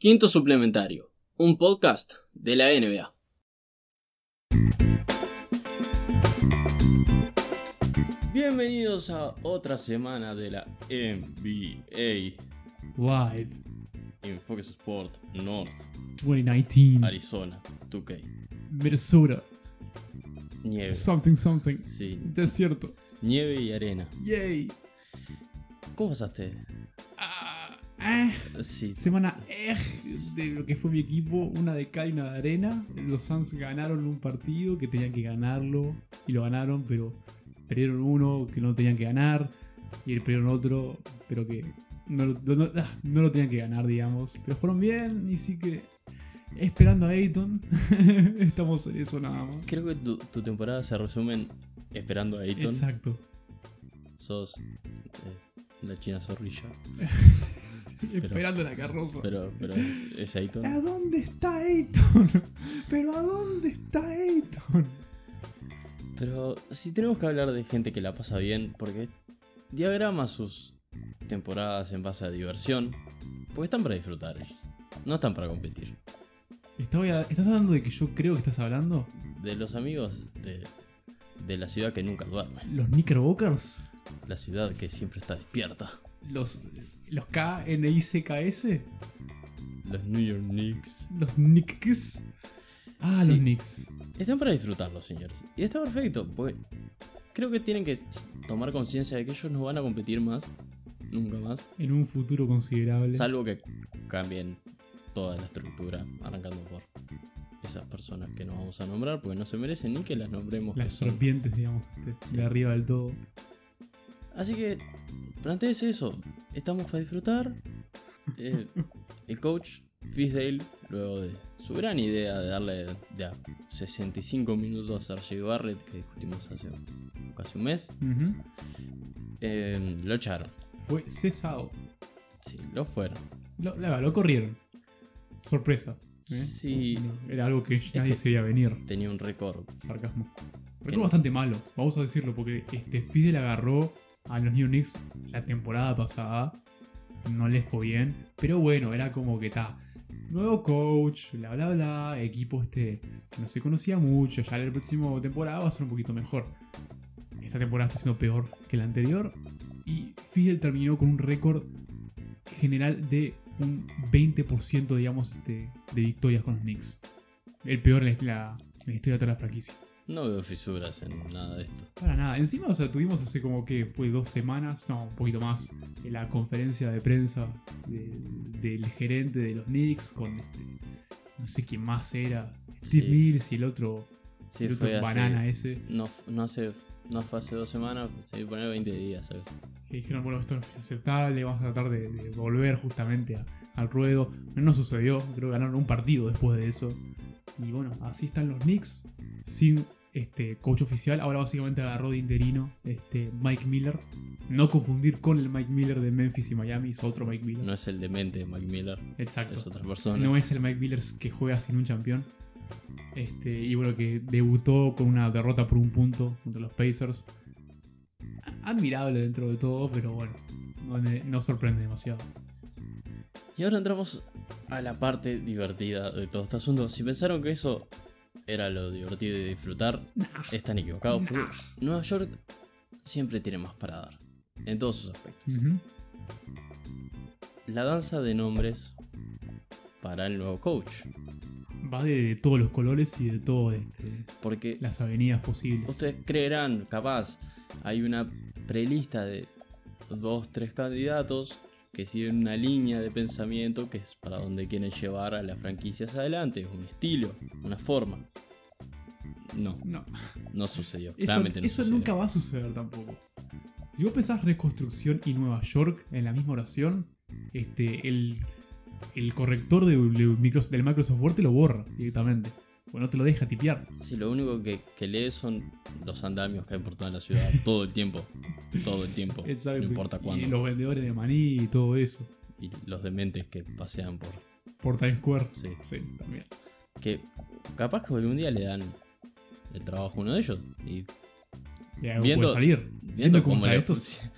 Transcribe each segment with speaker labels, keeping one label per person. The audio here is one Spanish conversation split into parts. Speaker 1: Quinto Suplementario, un podcast de la NBA. Bienvenidos a otra semana de la NBA
Speaker 2: Live
Speaker 1: en Focus Sport North,
Speaker 2: 2019
Speaker 1: Arizona, 2K.
Speaker 2: Minnesota
Speaker 1: Nieve.
Speaker 2: something something
Speaker 1: Sí,
Speaker 2: desierto
Speaker 1: nieve y arena.
Speaker 2: yay
Speaker 1: ¿Cómo pasaste?
Speaker 2: Ah, eh,
Speaker 1: Sí,
Speaker 2: semana eh, de lo que fue mi equipo una de cal y una de arena los Suns ganaron un partido que tenían que ganarlo y lo ganaron pero perdieron uno que no tenían que ganar y perdieron otro pero que no, lo- no- no- ah, no lo tenían que ganar digamos pero fueron bien y sí que esperando a Ayton estamos en eso nada más
Speaker 1: creo que tu, tu temporada se resume en esperando a Ayton.
Speaker 2: Exacto.
Speaker 1: Sos eh, la china zorrilla,
Speaker 2: Esperando la carroza.
Speaker 1: pero, pero es, es Ayton.
Speaker 2: ¿A dónde está Ayton? ¿Pero a dónde está Ayton?
Speaker 1: Pero si tenemos que hablar de gente que la pasa bien, porque diagrama sus temporadas en base a diversión, porque están para disfrutar ellos, no están para competir.
Speaker 2: Estoy a- ¿Estás hablando de que yo creo que estás hablando?
Speaker 1: De los amigos de, de la ciudad que nunca duerme,
Speaker 2: ¿Los Knickerbockers?
Speaker 1: la ciudad que siempre está despierta,
Speaker 2: ¿Los, los KNICKS?
Speaker 1: los New York Knicks.
Speaker 2: ¿Los Knicks? Ah,
Speaker 1: Sí.
Speaker 2: los Knicks.
Speaker 1: Están para disfrutarlo, señores. Y está perfecto, pues creo que tienen que s- tomar conciencia de que ellos no van a competir más, nunca más,
Speaker 2: En un futuro considerable.
Speaker 1: Salvo que cambien toda la estructura, arrancando por esas personas que no vamos a nombrar, porque no se merecen ni que las nombremos. que
Speaker 2: Las
Speaker 1: son.
Speaker 2: serpientes, digamos, este, de arriba del todo.
Speaker 1: Así que, planteese eso. Estamos para disfrutar. Eh, el coach Fisdale, luego de su gran idea de darle de a 65 minutos a Sergio Barrett, que discutimos hace casi un mes,
Speaker 2: Ujú.
Speaker 1: eh, lo echaron.
Speaker 2: Fue cesado.
Speaker 1: Sí, lo fueron.
Speaker 2: Lo, la verdad, lo corrieron. Sorpresa. ¿eh?
Speaker 1: Sí,
Speaker 2: No, era algo que nadie
Speaker 1: que-
Speaker 2: se veía venir.
Speaker 1: tenía un récord.
Speaker 2: sarcasmo.
Speaker 1: ¿Qué?
Speaker 2: Recuerdo bastante malo, vamos a decirlo, porque este Fidel agarró a los New Knicks la temporada pasada. No les fue bien, pero bueno, era como que está. Nuevo coach, bla bla bla, equipo este que no se conocía mucho, ya la próxima temporada va a ser un poquito mejor. Esta temporada está siendo peor que la anterior y Fidel terminó con un récord general de un 20% digamos este, de victorias con los Knicks. El peor en la- en la- en la historia de toda la franquicia.
Speaker 1: No veo fisuras en nada de esto.
Speaker 2: Para nada. Encima, o sea, tuvimos hace como que fue dos semanas, no, un poquito más, en la conferencia de prensa de- del gerente de los Knicks con este. No sé quién más era. Steve
Speaker 1: Sí.
Speaker 2: Mills y el otro,
Speaker 1: Sí,
Speaker 2: el otro
Speaker 1: fue hace-
Speaker 2: banana ese.
Speaker 1: No, f- no hace, no fue hace dos semanas, se iba a poner 20 días, ¿sabes?
Speaker 2: Que dijeron, bueno, esto no es aceptable, vamos a tratar de, de volver justamente a- al ruedo. No, no sucedió, creo que ganaron un partido después de eso. Y bueno, así están los Knicks sin este coach oficial. Ahora básicamente agarró de interino este Mike Miller. No confundir con el Mike Miller de Memphis y Miami, es otro Mike Miller.
Speaker 1: No es el demente de Mac Miller,
Speaker 2: Exacto.
Speaker 1: es otra persona.
Speaker 2: No es el Mike Miller que juega sin un campeón. Este, y bueno, que debutó con una derrota por un punto contra los Pacers. Admirable dentro de todo, pero bueno, no, me- no sorprende demasiado.
Speaker 1: Y ahora entramos a la parte divertida de todo este asunto. Si pensaron que eso era lo divertido de disfrutar, están equivocados. porque
Speaker 2: Nah.
Speaker 1: Nueva York siempre tiene más para dar, en todos sus aspectos.
Speaker 2: Ujú.
Speaker 1: La danza de nombres para el nuevo coach,
Speaker 2: Va de, de todos los colores y de todas este,
Speaker 1: porque
Speaker 2: las avenidas posibles.
Speaker 1: Ustedes creerán, capaz, hay una prelista de dos, tres candidatos que siguen una línea de pensamiento que es para donde quieren llevar a las franquicias adelante, un estilo, una forma. No,
Speaker 2: No,
Speaker 1: no sucedió.
Speaker 2: eso,
Speaker 1: claramente no
Speaker 2: eso
Speaker 1: sucedió.
Speaker 2: nunca va a suceder tampoco. Si vos pensás reconstrucción y Nueva York en la misma oración, este, el, el corrector de- de Microsoft- del Microsoft Word te lo borra directamente. O no te lo deja tipear.
Speaker 1: Sí, lo único que, que lees son los andamios que hay por toda la ciudad, todo el tiempo. Todo el tiempo.
Speaker 2: Exacto.
Speaker 1: No importa
Speaker 2: Y
Speaker 1: cuándo.
Speaker 2: los vendedores de maní y todo eso.
Speaker 1: Y los dementes que pasean por.
Speaker 2: Por Times Square.
Speaker 1: Sí.
Speaker 2: Sí, también.
Speaker 1: Que capaz que algún día le dan el trabajo a uno de ellos y
Speaker 2: Y algo
Speaker 1: Viendo-
Speaker 2: puede salir.
Speaker 1: Viendo
Speaker 2: cómo
Speaker 1: cómo
Speaker 2: está
Speaker 1: le Ah,
Speaker 2: esto.
Speaker 1: funciona.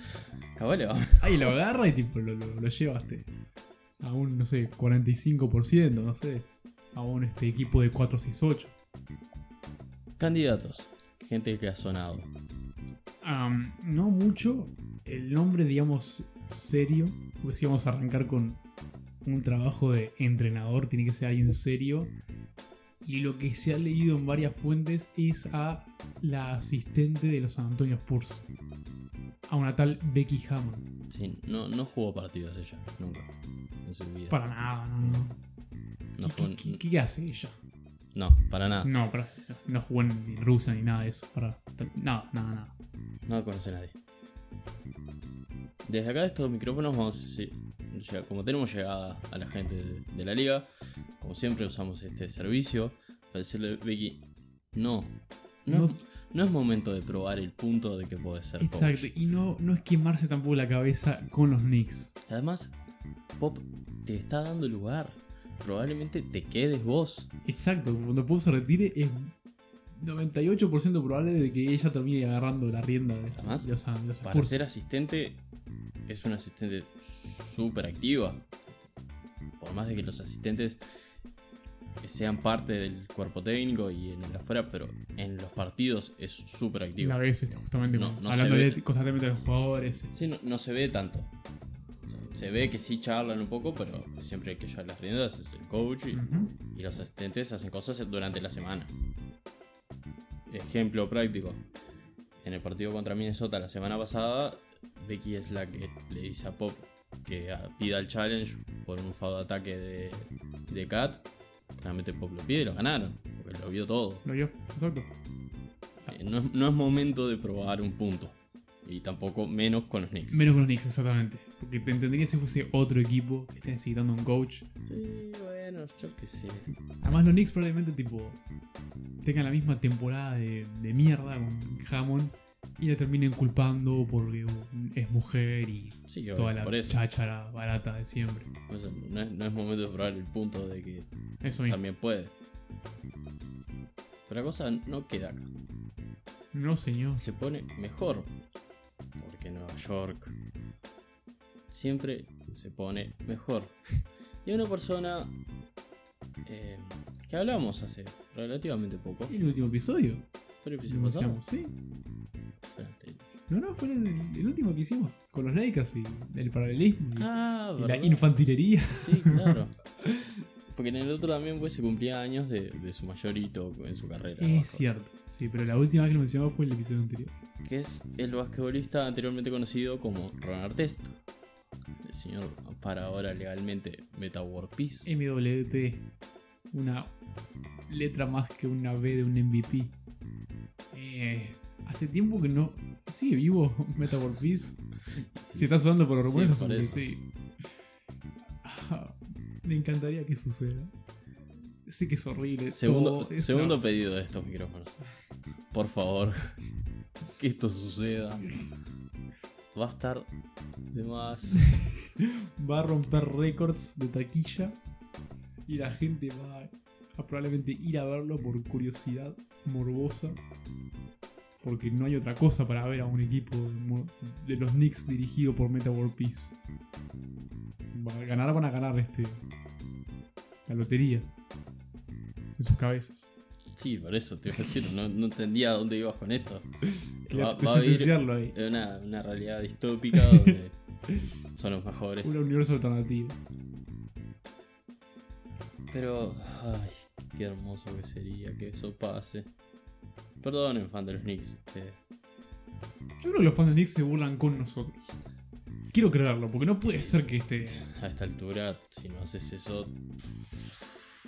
Speaker 1: Cabal, le va-
Speaker 2: Ahí lo agarra y tipo lo, lo, lo llevaste. este, a un, no sé, 45%, no sé, a un este, equipo de 4-6-8.
Speaker 1: Candidatos. Gente que ha sonado.
Speaker 2: Am, no mucho. El nombre, digamos, serio. Porque si vamos a arrancar con un trabajo de entrenador, tiene que ser alguien serio. Y lo que se ha leído en varias fuentes es a la asistente de los San Antonio Spurs. A una tal Becky Hammond.
Speaker 1: Sí, no, no jugó partidos ella, nunca. En su vida.
Speaker 2: Para nada, no, no.
Speaker 1: no,
Speaker 2: ¿Qué-
Speaker 1: fue un- Ah.
Speaker 2: qué, qué- qué hace ella?
Speaker 1: no, para nada.
Speaker 2: No, para, no jugó en Rusia ni nada de eso. Para, nada, nada, nada.
Speaker 1: No la conoce nadie. Desde acá de estos micrófonos vamos a decir- ya- como tenemos llegada a la gente de, de la liga, como siempre usamos este servicio para decirle, Vicky, no, no,
Speaker 2: No.
Speaker 1: no es momento de probar el punto de que puedes ser coach".
Speaker 2: Exacto, y no, no es quemarse tampoco la cabeza con los Knicks.
Speaker 1: Además, Pop te está dando lugar. Probablemente te quedes vos.
Speaker 2: Exacto, cuando Pop se retire es 98% probable de que ella termine agarrando la rienda de
Speaker 1: Además,
Speaker 2: de los, de los
Speaker 1: Para
Speaker 2: Spurs.
Speaker 1: ser asistente, es una asistente súper activa. Por más de que los asistentes sean parte del cuerpo técnico y en el afuera, pero en los partidos es súper activa.
Speaker 2: La vez este, justamente
Speaker 1: No,
Speaker 2: con-
Speaker 1: no
Speaker 2: hablando
Speaker 1: se ve.
Speaker 2: de- este, constantemente de los jugadores. este.
Speaker 1: Sí, no, no se ve tanto. O sea, se ve que sí charlan un poco, pero siempre el que lleva las riendas es el coach y,
Speaker 2: Ujú.
Speaker 1: y los asistentes hacen cosas durante la semana. Ejemplo práctico. En el partido contra Minnesota la semana pasada, Becky es la que le dice a Pop que ah, pida el challenge por un fado ataque de, de Kat. Claramente Pop lo pide y lo ganaron, porque lo vio todo.
Speaker 2: Lo vio, exacto.
Speaker 1: Eh, No, es- no es momento de probar un punto. Y tampoco menos con los Knicks.
Speaker 2: Menos con los Knicks, exactamente. Porque te entendería si fuese otro equipo que esté necesitando un coach.
Speaker 1: Sí, bueno, yo qué sé.
Speaker 2: Además, los Knicks probablemente tipo tengan la misma temporada de, de mierda con Hammond y la terminen culpando porque uh, es mujer y
Speaker 1: Sí,
Speaker 2: toda
Speaker 1: obvio,
Speaker 2: la
Speaker 1: por eso.
Speaker 2: cháchara barata de siempre.
Speaker 1: Por eso no, es, no es momento de probar el punto de que
Speaker 2: Eso mismo.
Speaker 1: también puede. Pero la cosa no queda acá.
Speaker 2: No, señor.
Speaker 1: Se pone mejor. Porque Nueva York siempre se pone mejor. Y una persona eh, que hablamos hace relativamente poco.
Speaker 2: ¿En el último episodio?
Speaker 1: Fue el episodio
Speaker 2: Lo
Speaker 1: pasado.
Speaker 2: hacíamos, ¿sí?
Speaker 1: Fue el anterior.
Speaker 2: No, no, fue el, el último que hicimos. Con los Lakers y el paralelismo. y-
Speaker 1: Ah,
Speaker 2: y la
Speaker 1: verdad.
Speaker 2: infantilería.
Speaker 1: Sí, claro. Porque en el otro también pues, se cumplía años de, de su mayorito en su carrera.
Speaker 2: Es
Speaker 1: básquet.
Speaker 2: cierto. Sí, pero la última vez que lo mencionamos fue en el episodio anterior.
Speaker 1: que es el basquetbolista anteriormente conocido como Ron Artest. El señor para ahora legalmente Meta World Peace.
Speaker 2: MWP. Una letra más que una B de un MVP. Eh, hace tiempo que no. Sigue vivo Metaworld Peace. Si está sonando por los
Speaker 1: Sí,
Speaker 2: rumores, es
Speaker 1: por
Speaker 2: porque
Speaker 1: eso.
Speaker 2: sí. Ah, Me encantaría que suceda. Sé que es horrible.
Speaker 1: Segundo,
Speaker 2: todo, es
Speaker 1: segundo
Speaker 2: una-
Speaker 1: pedido de estos micrófonos. Por favor, que esto suceda. Va a estar de más.
Speaker 2: va a romper récords de taquilla. Y la gente va a probablemente ir a verlo por curiosidad morbosa. Porque no hay otra cosa para ver a un equipo de, mo- de los Knicks dirigido por Meta World Peace. Va a ganar, van a ganar este. La lotería. En sus cabezas.
Speaker 1: Sí, por eso te iba a decir, no, no entendía a dónde ibas con esto. Va,
Speaker 2: Quería
Speaker 1: va a haber
Speaker 2: sentenciarlo ahí.
Speaker 1: una, una realidad distópica donde son los mejores.
Speaker 2: Un universo alternativo.
Speaker 1: Pero, ay, qué hermoso que sería que eso pase. Perdonen, fan de los Knicks. eh,
Speaker 2: Yo creo que los fans de Knicks se burlan con nosotros. Quiero creerlo, porque no puede ser que este.
Speaker 1: a esta altura, si no haces eso,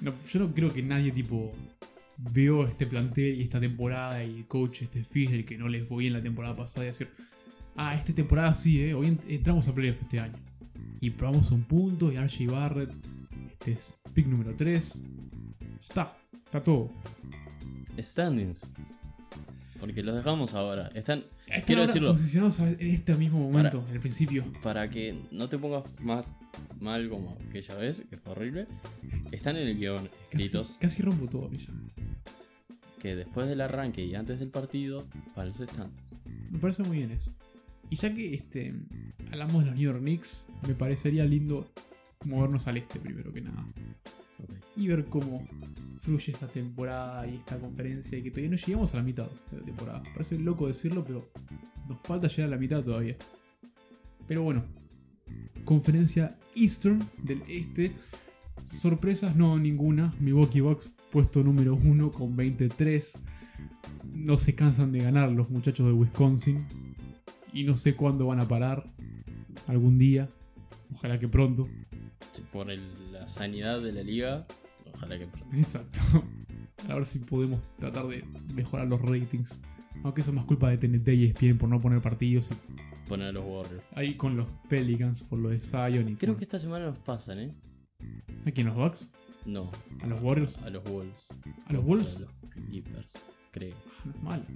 Speaker 2: no, yo no creo que nadie, tipo, vio este plantel y esta temporada y el coach, este Fisher, que no les fue bien la temporada pasada, y decir, ah, esta temporada sí, eh, hoy ent- entramos a playoff este año. Y probamos un punto, y RJ Barrett, este es pick número 3. Ya está, está todo.
Speaker 1: standings. Porque los dejamos ahora. Están
Speaker 2: Están
Speaker 1: Quiero
Speaker 2: ahora
Speaker 1: decirlo.
Speaker 2: posicionados a- en este mismo momento, en el principio.
Speaker 1: para que no te pongas más mal como aquella vez, que fue horrible. Están en el guión
Speaker 2: Casi,
Speaker 1: escritos
Speaker 2: casi rompo todo, Villanueva.
Speaker 1: que después del arranque y antes del partido, para los standings.
Speaker 2: Me parece muy bien eso. Y ya que este, hablamos de los New York Knicks, me parecería lindo movernos al este primero que nada.
Speaker 1: Ok.
Speaker 2: Y ver cómo fluye esta temporada y esta conferencia y que todavía no llegamos a la mitad de la temporada. Parece loco decirlo, pero nos falta llegar a la mitad todavía. Pero bueno, conferencia Eastern del este. Sorpresas, no ninguna. Milwaukee Bucks puesto número 1 con 23. No se cansan de ganar los muchachos de Wisconsin. Y no sé cuándo van a parar. Algún día. Ojalá que pronto.
Speaker 1: Sí, Por el- la sanidad de la liga, ojalá que pronto.
Speaker 2: Exacto. A ver si podemos tratar de mejorar los ratings. Aunque eso es más culpa de TNT y E ESPN por no poner partidos. y-
Speaker 1: poner a los Warriors.
Speaker 2: Ahí con los Pelicans por lo de Zion y
Speaker 1: Creo
Speaker 2: con-
Speaker 1: que esta semana nos pasan, ¿eh?
Speaker 2: ¿A quién los Bucks?
Speaker 1: No.
Speaker 2: ¿A los Warriors?
Speaker 1: A los Wolves.
Speaker 2: ¿A los Wolves?
Speaker 1: A los Clippers, creo.
Speaker 2: No es mal.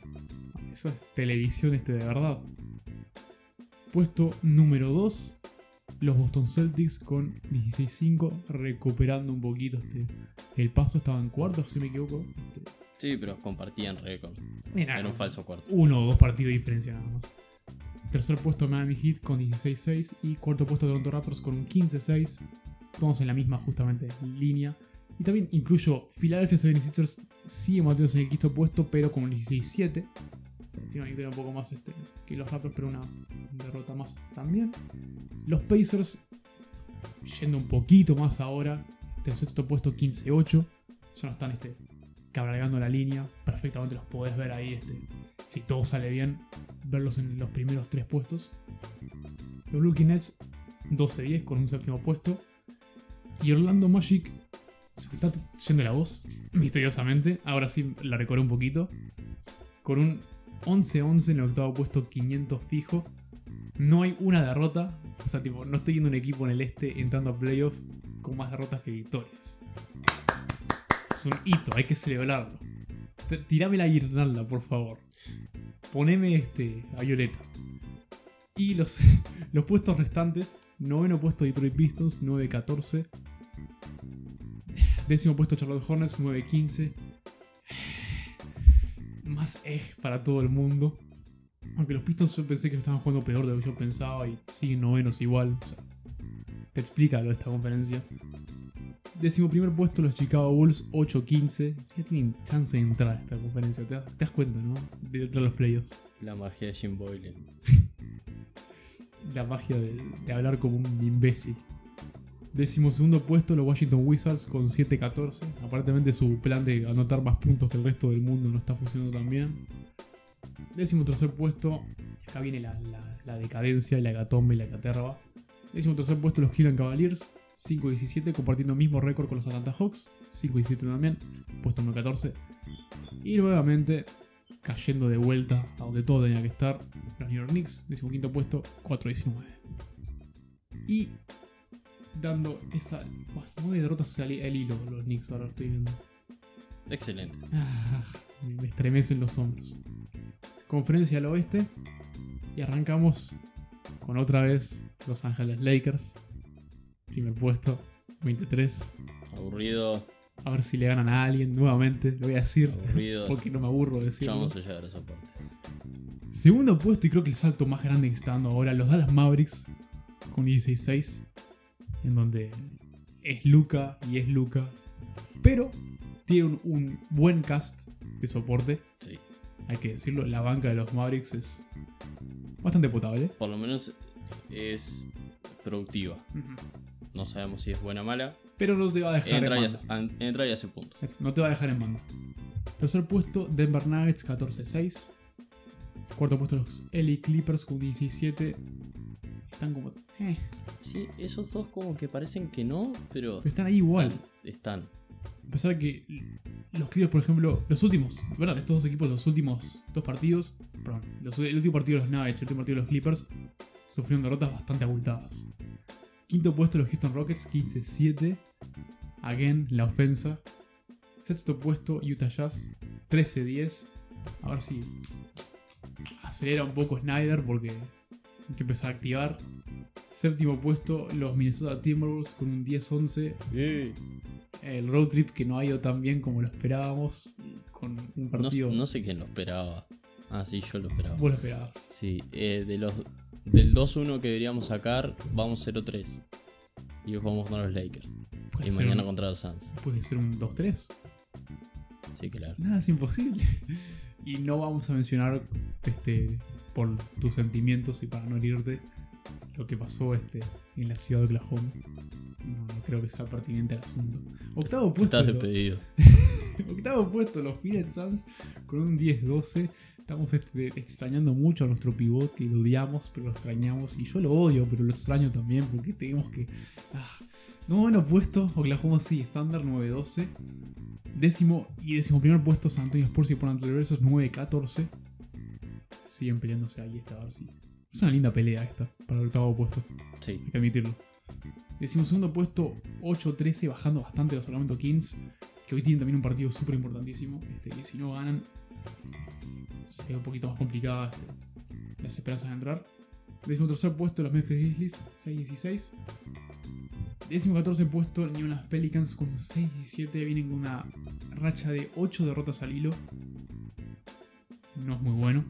Speaker 2: Eso es televisión este de verdad. Puesto número 2. Los Boston Celtics con 16-5. Recuperando un poquito este. El paso estaba en cuartos, si me equivoco. Este,
Speaker 1: Sí, pero compartían récords.
Speaker 2: era
Speaker 1: Era un falso cuarto.
Speaker 2: uno o dos partidos de diferencia nada más. Tercer puesto Miami Heat con 16-6 y cuarto puesto Toronto Raptors con un 15-6. Todos en la misma justamente línea. Y también incluyo Philadelphia 76ers sigue manteniéndose en el quinto puesto pero con un 16-7. O sea, tiene una victoria un poco más este, que los Raptors pero una derrota más también. Los Pacers yendo un poquito más ahora. Este, sexto puesto 15-8. Ya no están este, cabalgando la línea. Perfectamente los podés ver ahí este, si todo sale bien, verlos en los primeros tres puestos. Los Brooklyn Nets 12-10 con un séptimo puesto. Y Orlando Magic se me está yendo la voz, misteriosamente. Ahora sí la recorré un poquito. Con un 11-11 en el octavo puesto, 500 fijo. No hay una derrota. O sea, tipo, no estoy viendo un equipo en el este entrando a playoff con más derrotas que victorias. Es un hito, hay que celebrarlo. T- Tirame la guirnalda, por favor. Poneme este, a Violeta. Y los, los puestos restantes: noveno puesto Detroit Pistons, 9-14. Décimo puesto Charlotte Hornets, 9-15. Más ej para todo el mundo. Aunque los Pistons yo pensé que estaban jugando peor de lo que yo pensaba y siguen novenos igual. o sea, te explica lo de esta conferencia. Décimo primer puesto los Chicago Bulls, 8-15. Ya tienen chance de entrar a esta conferencia, te das, te das cuenta, ¿no? De entrar a los playoffs.
Speaker 1: La magia de Jim Boylan.
Speaker 2: La magia de, de hablar como un imbécil. Décimo segundo puesto los Washington Wizards con 7-14. Aparentemente su plan de anotar más puntos que el resto del mundo no está funcionando tan bien. Décimo tercer puesto, y acá viene la, la- la decadencia, la hecatombe, la caterva. Décimo tercer puesto los Cleveland Cavaliers, 5-17, compartiendo mismo récord con los Atlanta Hawks, 5-17 también, puesto número 14. Y nuevamente, cayendo de vuelta a donde todo tenía que estar, los New York Knicks, decimoquinto puesto, 4-19. Y dando esa... Buah, nueve derrotas al, al hilo los Knicks, ahora estoy viendo.
Speaker 1: Excelente.
Speaker 2: Ah, me me estremecen los hombros. Conferencia al oeste. Y arrancamos con otra vez Los Ángeles Lakers. Primer puesto, 23.
Speaker 1: Aburrido,
Speaker 2: A ver si le ganan a alguien nuevamente. Lo voy a decir
Speaker 1: aburrido.
Speaker 2: porque no me aburro de
Speaker 1: Ya
Speaker 2: decirlo.
Speaker 1: vamos a llegar a esa parte.
Speaker 2: Segundo puesto y creo que el salto más grande que está dando ahora los Dallas Mavericks con 16-6. En donde es Luca y es Luca. Pero tiene un- un buen cast de soporte.
Speaker 1: Sí.
Speaker 2: hay que decirlo, la banca de los Mavericks es bastante potable.
Speaker 1: Por lo menos es productiva. No sabemos si es buena o mala.
Speaker 2: Pero no te va a dejar
Speaker 1: Entra
Speaker 2: en
Speaker 1: y,
Speaker 2: mano.
Speaker 1: hace, an- entra y hace puntos.
Speaker 2: Es- No te va a dejar en mano. Tercer puesto, Denver Nuggets 14-6. Cuarto puesto, los LA Clippers con 17. Están como... eh,
Speaker 1: Sí, esos dos como que parecen que no, pero
Speaker 2: pero están ahí igual.
Speaker 1: están.
Speaker 2: A pesar de que los Clippers, por ejemplo, los últimos, ¿verdad? De estos dos equipos, los últimos dos partidos, perdón, los- el último partido de los Nuggets y el último partido de los Clippers, sufrieron derrotas bastante abultadas. Quinto puesto los Houston Rockets, 15-7. Again, la ofensa. Sexto puesto Utah Jazz, 13-10. A ver si acelera un poco Snyder porque hay que empezar a activar. Séptimo puesto los Minnesota Timberwolves con un 10-11 el road trip que no ha ido tan bien como lo esperábamos. Con un
Speaker 1: No,
Speaker 2: partido.
Speaker 1: no sé quién lo esperaba. Ah, sí, yo lo esperaba.
Speaker 2: Vos lo esperabas.
Speaker 1: Sí, eh, de los, del 2-1 que deberíamos sacar, vamos 0-3. y hoy jugamos contra los Lakers.
Speaker 2: Puede
Speaker 1: Y
Speaker 2: ser
Speaker 1: mañana
Speaker 2: un-
Speaker 1: contra los Suns.
Speaker 2: puede ser un 2-3.
Speaker 1: Sí, claro.
Speaker 2: Nada es imposible. Y no vamos a mencionar, este, por tus sentimientos y para no herirte, lo que pasó este, en la ciudad de Oklahoma. No, no creo que sea pertinente al asunto. Octavo puesto.
Speaker 1: Estás
Speaker 2: lo-
Speaker 1: despedido.
Speaker 2: Octavo puesto, los Phoenix Suns con un 10-12. Estamos este, extrañando mucho a nuestro pivot, que lo odiamos, pero lo extrañamos. Y yo lo odio, pero lo extraño también, porque tenemos que... Ah. Noveno puesto, Oklahoma City Thunder 9-12. Décimo y décimo primer puesto, San Antonio Spurs y Portland Trailblazers 9-14. Siguen peleándose ahí esta, a ver si... Es una linda pelea esta, para el octavo puesto.
Speaker 1: Sí.
Speaker 2: Hay que admitirlo. Decimosegundo puesto, 8-13, bajando bastante los Sacramento Kings, que hoy tienen también un partido súper importantísimo. Este, que si no ganan, se ve un poquito más complicada este, las esperanzas de entrar. Décimo tercer puesto, los Memphis Grizzlies, 6-16. Décimo catorce puesto, New Orleans Pelicans con 6-17. Vienen con una racha de 8 derrotas al hilo. No es muy bueno.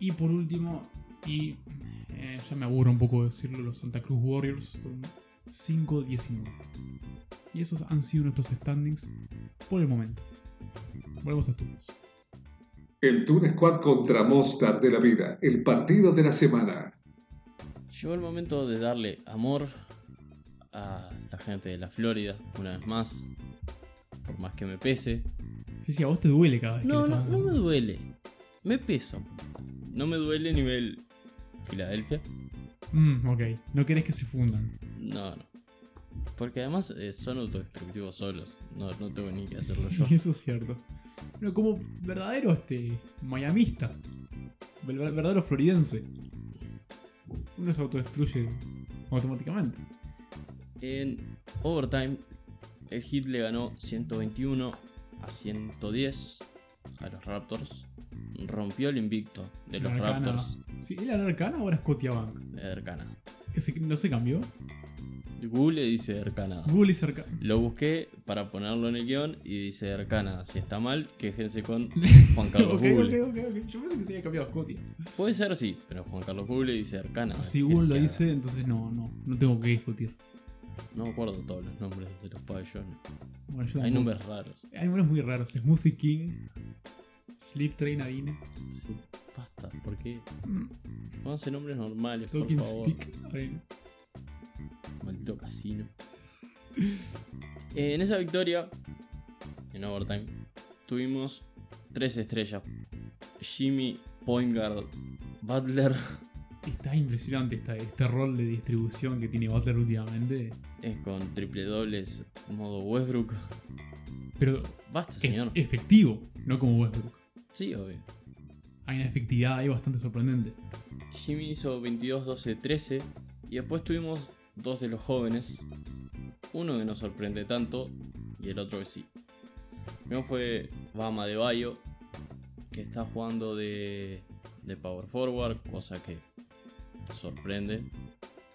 Speaker 2: Y por último, y eh, ya me aburro un poco de decirlo, los Santa Cruz Warriors con 5-19. Y esos han sido nuestros standings por el momento. Volvemos a estudios.
Speaker 3: El Tour Squad contra Mostar de la Vida, el partido de la semana.
Speaker 1: Llegó el momento de darle amor a la gente de la Florida, una vez más. Por más que me pese.
Speaker 2: Sí, sí, a vos te duele cada vez
Speaker 1: No,
Speaker 2: que le
Speaker 1: no,
Speaker 2: estamos
Speaker 1: no me
Speaker 2: dando.
Speaker 1: duele. Me pesa un poquito. No me duele nivel Filadelfia.
Speaker 2: Mm, ok, no querés que se fundan.
Speaker 1: No, no. Porque además eh, son autodestructivos solos. No, no tengo ni que hacerlo yo.
Speaker 2: Eso es cierto. Pero como verdadero este miamista, ver- ver- verdadero floridense, uno se autodestruye automáticamente.
Speaker 1: En overtime, el Heat le ganó 121 a 110 a los Raptors. Rompió el invicto de los
Speaker 2: Arcana.
Speaker 1: Raptors
Speaker 2: Sí, ¿él era Arcana o ahora Scotiabank?
Speaker 1: de Ercana.
Speaker 2: Ese no se cambió.
Speaker 1: Google dice Ercana.
Speaker 2: Google es Arcana.
Speaker 1: Lo busqué para ponerlo en el guión y dice Ercana. Si está mal, quéjense con Juan
Speaker 2: Ok,
Speaker 1: Carlos
Speaker 2: ok,
Speaker 1: Google.
Speaker 2: ok, ok. Yo pensé que se había cambiado a Scotia.
Speaker 1: Puede ser sí, pero Juan Carlos Google dice Arcana.
Speaker 2: Pues Si
Speaker 1: Es
Speaker 2: Google lo
Speaker 1: que
Speaker 2: dice, entonces no, no, no tengo que discutir.
Speaker 1: No me acuerdo todos los nombres de los pabellones.
Speaker 2: Bueno, yo
Speaker 1: Hay
Speaker 2: tampoco.
Speaker 1: nombres raros.
Speaker 2: Hay números muy raros. Smoothie King, Sleep Train Arena,
Speaker 1: Sí, basta, ¿por qué? Pónganse nombres normales, por
Speaker 2: Talking
Speaker 1: favor.
Speaker 2: Mm. Stick Arena.
Speaker 1: Maldito casino. Eh, En esa victoria, en overtime, tuvimos tres estrellas. Jimmy, Poingard, Butler.
Speaker 2: Está impresionante esta- este rol de distribución que tiene Butler últimamente.
Speaker 1: eh, con triple dobles, modo Westbrook.
Speaker 2: Pero
Speaker 1: Basta,
Speaker 2: ef-
Speaker 1: señor.
Speaker 2: efectivo, no como Westbrook.
Speaker 1: Sí, obvio.
Speaker 2: Hay una efectividad ahí bastante sorprendente.
Speaker 1: Jimmy hizo 22, 12, 13. Y después tuvimos dos de los jóvenes. Uno que no sorprende tanto y el otro que sí. Primero fue Bama de Bayo, que está jugando de, de Power Forward, cosa que sorprende.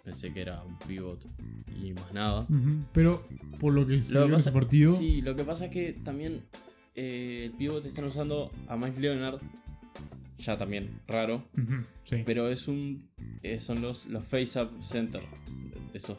Speaker 1: Pensé que era un pivot y más nada.
Speaker 2: Ujú, Pero por lo que se
Speaker 1: Lo
Speaker 2: vio
Speaker 1: que
Speaker 2: en
Speaker 1: pasa-
Speaker 2: ese partido,
Speaker 1: Sí, lo que pasa es que también eh, el pivot están usando a Miles Leonard, ya también raro,
Speaker 2: ujú, sí.
Speaker 1: pero es un. eh, son los, los face up center. Esos.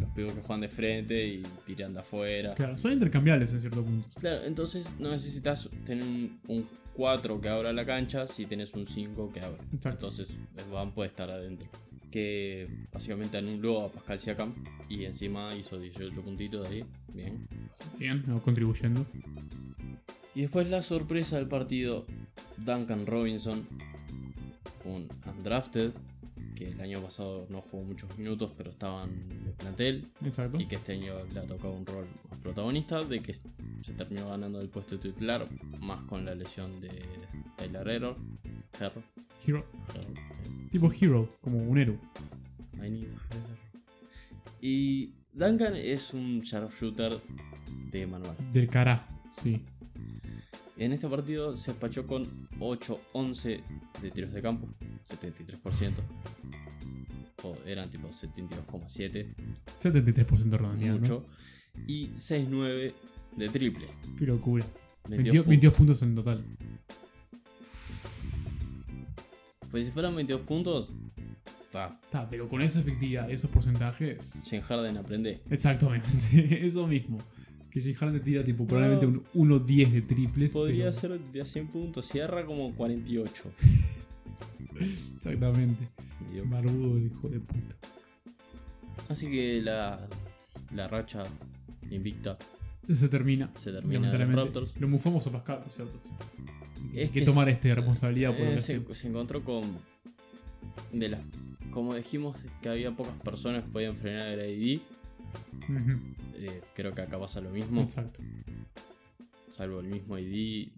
Speaker 1: Los pibos que juegan de frente y tiran de afuera. Claro,
Speaker 2: Claro, son intercambiables en cierto punto.
Speaker 1: entonces no necesitas tener un, un 4 que abra la cancha si tenés un 5 que abre.
Speaker 2: Exacto.
Speaker 1: Entonces Van puede estar adentro. Que básicamente anuló a Pascal Siakam y encima hizo 18 puntitos de ahí. Bien.
Speaker 2: Bien, no, contribuyendo.
Speaker 1: Y después la sorpresa del partido, Duncan Robinson, un undrafted, que el año pasado no jugó muchos minutos, pero estaba en el plantel,
Speaker 2: Exacto.
Speaker 1: y que este año le ha tocado un rol más protagonista, de que se terminó ganando el puesto titular, más con la lesión de Tyler Herro. Herro.
Speaker 2: Hero.
Speaker 1: Herro, eh,
Speaker 2: Tipo hero, como un héroe.
Speaker 1: I need a Herro. Y Duncan es un sharpshooter de manual.
Speaker 2: Del carajo, sí.
Speaker 1: En este partido se despachó con 8-11 de tiros de campo, 73%. O Oh, eran tipo 72,7,
Speaker 2: 73% redondeado. Ah, ¿no?
Speaker 1: mucho. Y 6-9 de triple.
Speaker 2: Qué locura.
Speaker 1: 22
Speaker 2: 22,
Speaker 1: puntos.
Speaker 2: 22 puntos en total.
Speaker 1: Pues si fueran 22 puntos, Está.
Speaker 2: Está, pero con esa efectividad, esos porcentajes.
Speaker 1: Jane Harden aprende.
Speaker 2: Exactamente, eso mismo. Que James Harden tira tipo probablemente un 1-10 de triples.
Speaker 1: Podría
Speaker 2: pero-
Speaker 1: ser de a 100 puntos. Cierra como 48.
Speaker 2: Exactamente.
Speaker 1: Medio-
Speaker 2: Barbudo, hijo de puta.
Speaker 1: Así que la, la racha invicta.
Speaker 2: Se termina.
Speaker 1: Se termina,
Speaker 2: lamentablemente.
Speaker 1: los Raptors.
Speaker 2: Lo mufamos a Pascal, ¿no es ¿cierto?
Speaker 1: Es
Speaker 2: Hay que,
Speaker 1: que
Speaker 2: tomar este responsabilidad por lo
Speaker 1: Eh,
Speaker 2: que
Speaker 1: se,
Speaker 2: hacemos.
Speaker 1: se encontró con. De las. Como dijimos que había pocas personas que podían frenar el ID.
Speaker 2: Ujú,
Speaker 1: eh, creo que acá pasa lo mismo.
Speaker 2: Exacto.
Speaker 1: Salvo el mismo ID.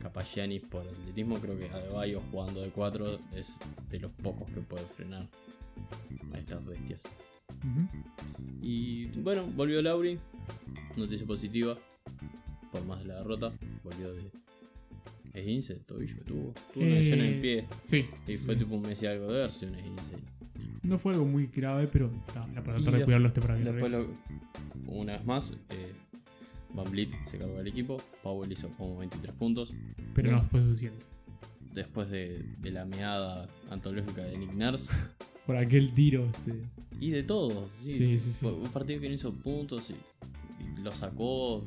Speaker 1: Capaz Giannis por atletismo. Creo que Adebayo jugando de 4 es de los pocos que puede frenar a estas bestias.
Speaker 2: Ujú.
Speaker 1: Y bueno, volvió Lauri. Noticia positiva. Por más de la derrota. Volvió de. Es de tobillo que tuvo. Tuvo una lesión en
Speaker 2: Eh,
Speaker 1: el pie.
Speaker 2: Sí.
Speaker 1: Y
Speaker 2: sí,
Speaker 1: fue
Speaker 2: sí.
Speaker 1: tipo un mes y algo de verse un esguince.
Speaker 2: No fue algo muy grave, pero ta, era para
Speaker 1: Y
Speaker 2: tratar de
Speaker 1: de-
Speaker 2: cuidarlo este para que
Speaker 1: Después,
Speaker 2: regrese.
Speaker 1: lo- una vez más, eh, Van Vliet se cargó del equipo. Powell hizo como 23 puntos.
Speaker 2: Pero
Speaker 1: ¿Mm?
Speaker 2: no fue suficiente.
Speaker 1: Después de, de la meada antológica de Nick Nurse.
Speaker 2: Por aquel tiro, este.
Speaker 1: Y de todos. Sí,
Speaker 2: Sí, sí, sí.
Speaker 1: Fue un partido que no hizo puntos y, y lo sacó.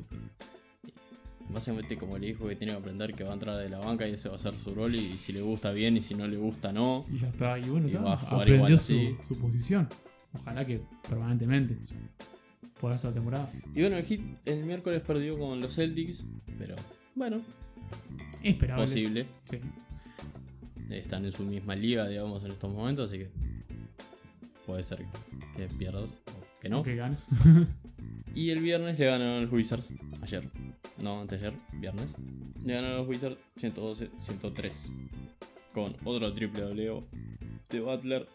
Speaker 1: Básicamente, como le dijo que tiene que aprender que va a entrar de la banca y ese va a ser su rol. Y, si le gusta bien y si no le gusta, no.
Speaker 2: Y ya está. Y bueno,
Speaker 1: Y
Speaker 2: ta,
Speaker 1: va a jugar
Speaker 2: aprendió
Speaker 1: igual,
Speaker 2: su,
Speaker 1: sí.
Speaker 2: su posición. Ojalá que permanentemente. o sea, por esta temporada.
Speaker 1: Y bueno, el Hit el miércoles perdió con los Celtics. Pero bueno,
Speaker 2: Esperable.
Speaker 1: posible.
Speaker 2: Sí.
Speaker 1: están en su misma liga, digamos, en estos momentos, así que puede ser que pierdas o que no.
Speaker 2: Que ganes.
Speaker 1: Y el viernes le ganaron a los Wizards, ayer, no, antes ayer, viernes. Le ganaron a los Wizards 112-103, con otro triple dobleo de Butler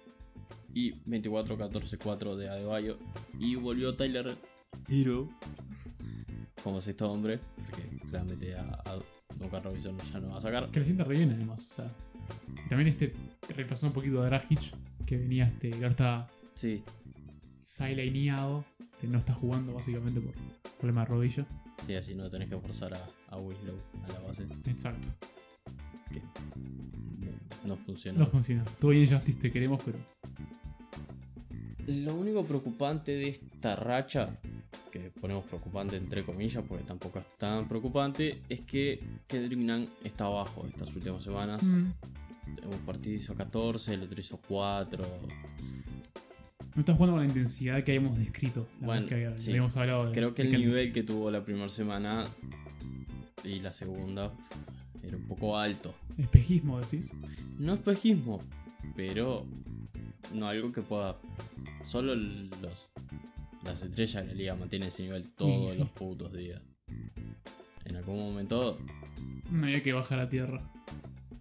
Speaker 1: y 24-14-4 de Adebayo. Y volvió Tyler Hero como sexto hombre, porque claramente a, a Duncan Robinson ya no va a sacar.
Speaker 2: que la sienta re bien además. O sea. Y también este repasó un poquito a Dragic, que venía este. que ahora está
Speaker 1: Sí,
Speaker 2: sidelineado. Este, no está jugando básicamente por problema de rodilla.
Speaker 1: sí, así no tenés que forzar a, a Winslow a la base.
Speaker 2: Exacto.
Speaker 1: no, no funcionó.
Speaker 2: No funciona. Todo bien, Justice, te queremos, pero.
Speaker 1: Lo único preocupante de esta racha, que ponemos preocupante entre comillas porque tampoco es tan preocupante, es que Kendrick Nunn está abajo estas últimas semanas.
Speaker 2: mm,
Speaker 1: Un partido hizo 14, el otro hizo 4.
Speaker 2: No está jugando con la intensidad que habíamos descrito. La
Speaker 1: Bueno,
Speaker 2: vez que habíamos
Speaker 1: sí.
Speaker 2: habíamos hablado de-
Speaker 1: Creo que
Speaker 2: de
Speaker 1: el
Speaker 2: Kendrick.
Speaker 1: nivel que tuvo la primera semana y la segunda era un poco alto.
Speaker 2: Espejismo, decís.
Speaker 1: No espejismo, pero no algo que pueda. Solo los las estrellas de la liga mantienen ese nivel todos
Speaker 2: sí.
Speaker 1: los putos días. En algún momento,
Speaker 2: No había que bajar a tierra.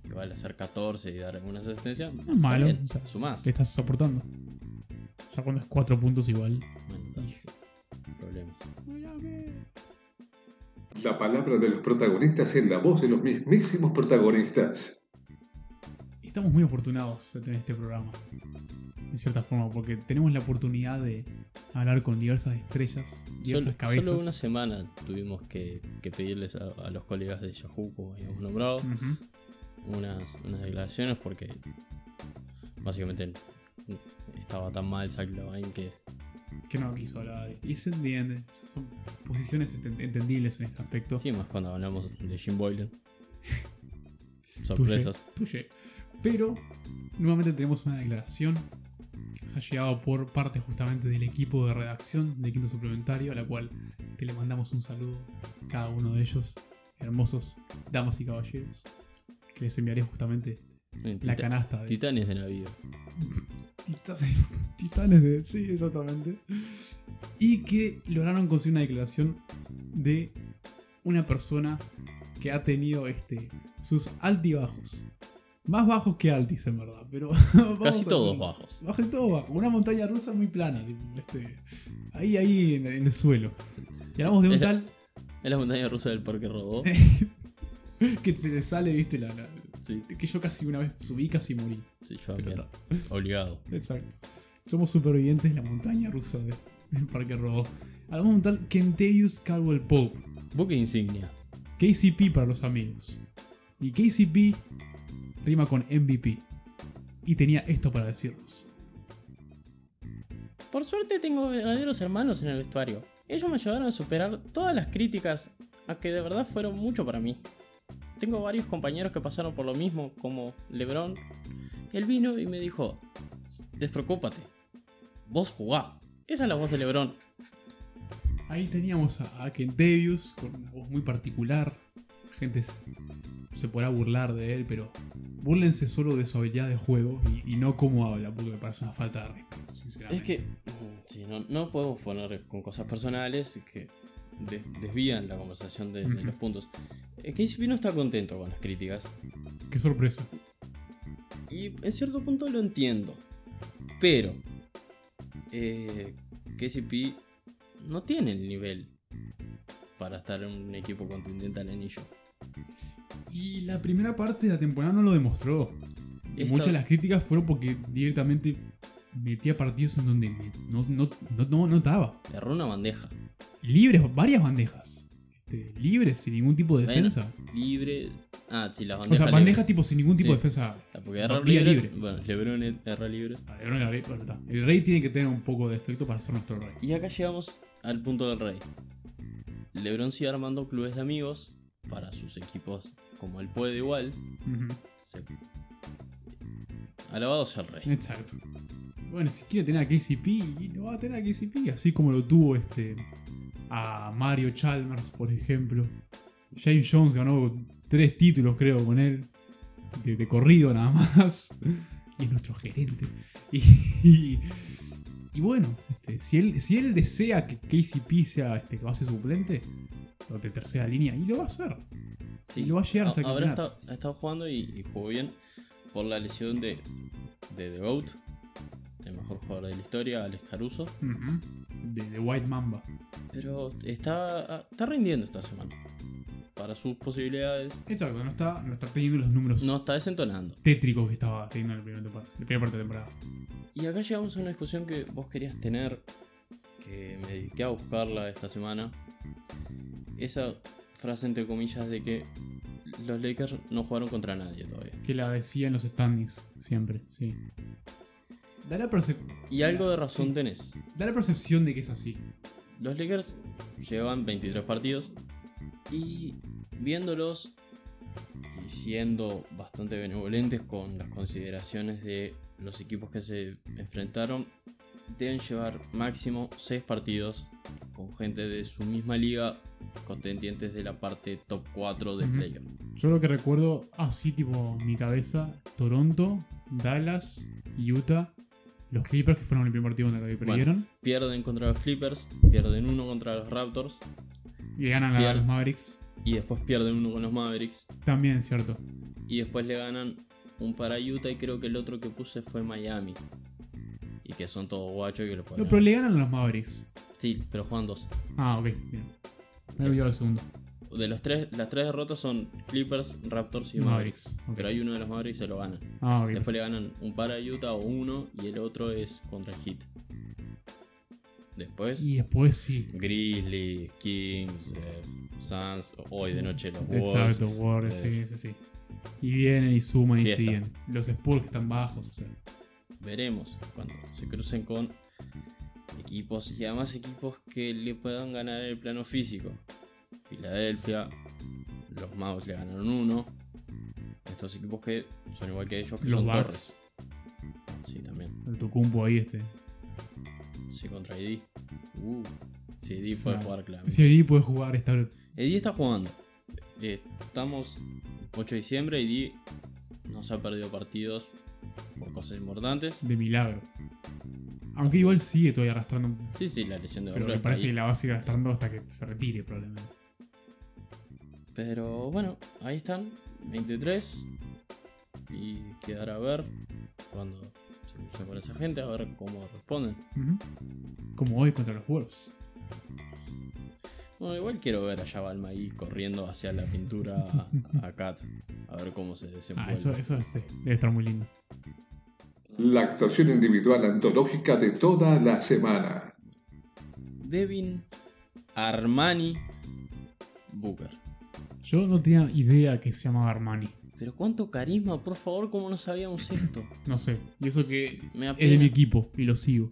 Speaker 1: igual hacer 14 y dar alguna asistencia. No
Speaker 2: malo, o sea,
Speaker 1: sumás.
Speaker 2: Te estás soportando. Ya cuando es cuatro puntos igual.
Speaker 1: Bueno, entonces, problemas.
Speaker 3: La palabra de los protagonistas en la voz de los mismísimos protagonistas.
Speaker 2: Estamos muy afortunados de tener este programa. En cierta forma, porque tenemos la oportunidad de hablar con diversas estrellas, diversas
Speaker 1: Solo,
Speaker 2: cabezas.
Speaker 1: solo una semana tuvimos que, que pedirles a, a los colegas de Yahoo, como habíamos nombrado,
Speaker 2: Ujú. Mm.
Speaker 1: unas, unas declaraciones porque básicamente estaba tan mal Zach Lavine que
Speaker 2: Que no quiso hablar de Y se entiende. O sea, son posiciones enten- entendibles en este aspecto.
Speaker 1: Sí, más cuando hablamos de Jim Boylan. Sorpresas.
Speaker 2: Tuye. Pero, nuevamente tenemos una declaración que nos ha llegado por parte justamente del equipo de redacción de Quinto Suplementario, a la cual te le mandamos un saludo a cada uno de ellos, hermosos damas y caballeros, que les enviaré justamente la
Speaker 1: Tita-
Speaker 2: canasta de
Speaker 1: Titanes de navío.
Speaker 2: tita- titanes de... Sí, exactamente. Y que lograron conseguir una declaración de una persona que ha tenido este, sus altibajos. Más bajos que altis, en verdad, pero... vamos
Speaker 1: Casi
Speaker 2: a
Speaker 1: todos
Speaker 2: hacer-
Speaker 1: bajos.
Speaker 2: Bajo y todo bajo. Una montaña rusa muy plana. tipo, este, ahí, ahí en, en el suelo. Y hablamos de un
Speaker 1: Es la-
Speaker 2: tal
Speaker 1: Es la montaña rusa del parque rodó.
Speaker 2: que se le sale, viste, la, la-
Speaker 1: Sí,
Speaker 2: que yo casi una vez subí, casi morí.
Speaker 1: sí, yo
Speaker 2: Pero
Speaker 1: también.
Speaker 2: ta,
Speaker 1: Obligado.
Speaker 2: Exacto. Somos supervivientes de la montaña rusa de- del Parque Robo. Hablamos de un tal Kentavious Caldwell Pope.
Speaker 1: Buque insignia.
Speaker 2: KCP para los amigos. Y KCP rima con MVP. Y tenía esto para decirnos.
Speaker 1: Por suerte tengo verdaderos hermanos en el vestuario. Ellos me ayudaron a superar todas las críticas, a que de verdad fueron mucho para mí. Tengo varios compañeros que pasaron por lo mismo, como Lebron. Él vino y me dijo, despreocúpate, vos jugá. Esa es la voz de Lebron.
Speaker 2: Ahí teníamos a, a Kentavious con una voz muy particular. La gente se, se podrá burlar de él, pero burlense solo de su habilidad de juego y, y no cómo habla, porque me parece una falta de respeto,
Speaker 1: Es
Speaker 2: sinceramente.
Speaker 1: que mm, sí, no, no podemos poner con cosas personales que des- desvían la conversación de, de
Speaker 2: Ujú.
Speaker 1: los puntos. Eh, KCP no está contento con las críticas.
Speaker 2: Qué sorpresa.
Speaker 1: Y en cierto punto lo entiendo. Pero eh, KCP no tiene el nivel para estar en un equipo contendiente al anillo.
Speaker 2: Y la primera parte de la temporada no lo demostró. Y
Speaker 1: Esta-
Speaker 2: muchas de las críticas fueron porque directamente metía partidos en donde no, no, no, no notaba.
Speaker 1: Erró una bandeja.
Speaker 2: Libres, varias bandejas. Este, libres, sin ningún tipo de
Speaker 1: Bueno,
Speaker 2: defensa.
Speaker 1: Libre. Ah, sí, las
Speaker 2: o
Speaker 1: bandejas.
Speaker 2: sea,
Speaker 1: libres.
Speaker 2: bandejas tipo sin ningún tipo
Speaker 1: Sí.
Speaker 2: de defensa.
Speaker 1: Ah, Porque errar
Speaker 2: vía
Speaker 1: libres.
Speaker 2: libre.
Speaker 1: Bueno, Lebron erra libres.
Speaker 2: A ver, bueno, la- bueno, está. El rey tiene que tener un poco de efecto para ser nuestro rey.
Speaker 1: Y acá llegamos al punto del rey. Lebron sigue armando clubes de amigos para sus equipos como él puede igual.
Speaker 2: Ujú.
Speaker 1: Se- Alabado sea el rey.
Speaker 2: Exacto. Bueno, si quiere tener a KCP, y lo va a tener a KCP, así como lo tuvo este a Mario Chalmers, por ejemplo. James Jones ganó tres títulos, creo, con él. De, de corrido nada más. Y es nuestro gerente. Y, y- y bueno, este, si, él, si él desea que KCP sea este, que va a ser suplente, o de tercera línea, y lo va a hacer.
Speaker 1: Sí.
Speaker 2: Y lo va a llegar hasta el
Speaker 1: Ahora
Speaker 2: campeonato.
Speaker 1: está- ha estado jugando y, y jugó bien por la lesión de, de The Goat, el mejor jugador de la historia, Alex Caruso.
Speaker 2: Ujú. de, de White Mamba.
Speaker 1: Pero está, está rindiendo esta semana. Para sus posibilidades.
Speaker 2: Exacto, no está, no está teniendo los números
Speaker 1: No está desentonando.
Speaker 2: tétrico que estaba teniendo en la primera, temporada- la primera parte de temporada.
Speaker 1: Y acá llegamos a una discusión que vos querías tener, que me dediqué a buscarla esta semana. Esa frase entre comillas de que los Lakers no jugaron contra nadie todavía.
Speaker 2: Que la decían los standings siempre, sí. Da la, percep-
Speaker 1: Y algo de razón tenés.
Speaker 2: da la percepción de que es así.
Speaker 1: Los Lakers llevan 23 partidos y viéndolos y siendo bastante benevolentes con las consideraciones de los equipos que se enfrentaron, deben llevar máximo 6 partidos con gente de su misma liga, contendientes de la parte top 4 del
Speaker 2: Ujú.
Speaker 1: playoff.
Speaker 2: Yo lo que recuerdo así, tipo, mi cabeza, Toronto, Dallas, Utah, los Clippers, que fueron el primer partido donde
Speaker 1: Bueno.
Speaker 2: perdieron,
Speaker 1: Pierden contra los Clippers, pierden uno contra los Raptors
Speaker 2: y le ganan a
Speaker 1: Bien.
Speaker 2: los Mavericks.
Speaker 1: y después pierden uno con los Mavericks
Speaker 2: También es cierto.
Speaker 1: Y después le ganan un para Utah y creo que el otro que puse fue Miami. Y que son todos guachos y que lo pueden.
Speaker 2: No, pero le ganan a los Mavericks.
Speaker 1: Sí, pero juegan dos.
Speaker 2: Ah, ok, bien. Me he olvidado el segundo.
Speaker 1: De los tres, las tres derrotas son Clippers, Raptors y Mavericks.
Speaker 2: Mavericks. ok.
Speaker 1: Pero hay uno de los Mavericks que se lo ganan.
Speaker 2: Ah, ok.
Speaker 1: Después le ganan un para Utah o uno y el otro es contra el Heat. Después
Speaker 2: Y después sí.
Speaker 1: Grizzlies, Kings, eh, Suns, hoy de noche los Wolves.
Speaker 2: Exacto, Warriors, sí, sí, sí. Y vienen y suman
Speaker 1: Fiesta.
Speaker 2: y siguen. Los Spurs que están bajos, o sea.
Speaker 1: veremos cuando se crucen con equipos y además equipos que le puedan ganar el plano físico. Filadelfia, los Mavs le ganaron uno. Estos equipos que son igual que ellos, que
Speaker 2: Los
Speaker 1: son
Speaker 2: Bucks,
Speaker 1: torres. Sí, también.
Speaker 2: el Tucumpo ahí este.
Speaker 1: Sí, contra ID. Uh, sí, ID puede
Speaker 2: Sí.
Speaker 1: jugar claro.
Speaker 2: Si ahí puede jugar esta
Speaker 1: ID está jugando. Eh, Estamos 8 de diciembre y no se ha perdido partidos por cosas importantes.
Speaker 2: de milagro. Aunque igual sigue todavía arrastrando. un-
Speaker 1: Sí, sí, la lesión de
Speaker 2: Pero
Speaker 1: Gabriel
Speaker 2: me
Speaker 1: está
Speaker 2: parece
Speaker 1: ahí.
Speaker 2: que la va a seguir arrastrando hasta que se retire probablemente.
Speaker 1: Pero bueno, ahí están, 23. Y quedará a ver cuando se cruce con esa gente, a ver cómo responden.
Speaker 2: Ujú. Como hoy contra los Wolves.
Speaker 1: Bueno, igual quiero ver a Yabalma ahí corriendo hacia la pintura a- a Kat, a ver cómo se
Speaker 2: Ah,
Speaker 1: desenvuelve.
Speaker 2: eso, eso es, sí, debe estar muy lindo.
Speaker 3: La actuación individual antológica de toda la semana.
Speaker 1: Devin Armani Booker.
Speaker 2: Yo no tenía idea que se llamaba Armani.
Speaker 1: Pero cuánto carisma, por favor, cómo no sabíamos esto.
Speaker 2: No sé. Y eso que
Speaker 1: Me
Speaker 2: es de
Speaker 1: apena.
Speaker 2: mi equipo y lo sigo.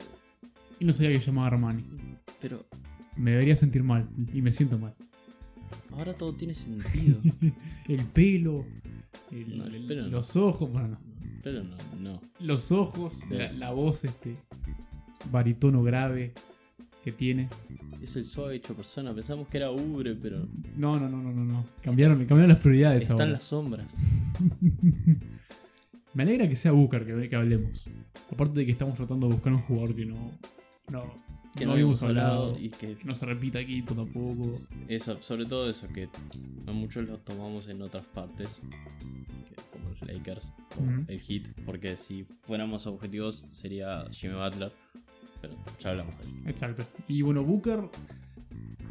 Speaker 2: y no sabía que se llamaba Armani.
Speaker 1: Pero
Speaker 2: Me debería sentir mal y me siento mal.
Speaker 1: ahora todo tiene sentido.
Speaker 2: el pelo, el-
Speaker 1: No, el
Speaker 2: el-
Speaker 1: pelo no.
Speaker 2: los ojos, bueno, no.
Speaker 1: Pero no, no.
Speaker 2: los ojos, la, la voz, este baritono grave que tiene.
Speaker 1: Es el suave hecho persona. Pensamos que era ubre, pero
Speaker 2: No, no, no, no, no, no. Cambiaron, cambiaron las prioridades
Speaker 1: están
Speaker 2: ahora.
Speaker 1: las sombras.
Speaker 2: Me alegra que sea Booker que, que hablemos. Aparte de que estamos tratando de buscar un jugador que no. No,
Speaker 1: Que
Speaker 2: no habíamos hablado.
Speaker 1: y que
Speaker 2: Que no se repita aquí tampoco.
Speaker 1: Eso, sobre todo eso, que a muchos los tomamos en otras partes, que- como los Lakers o
Speaker 2: Ujú.
Speaker 1: el Heat, porque si fuéramos objetivos sería Jimmy Butler, pero ya hablamos de él.
Speaker 2: Exacto. Y bueno, Booker.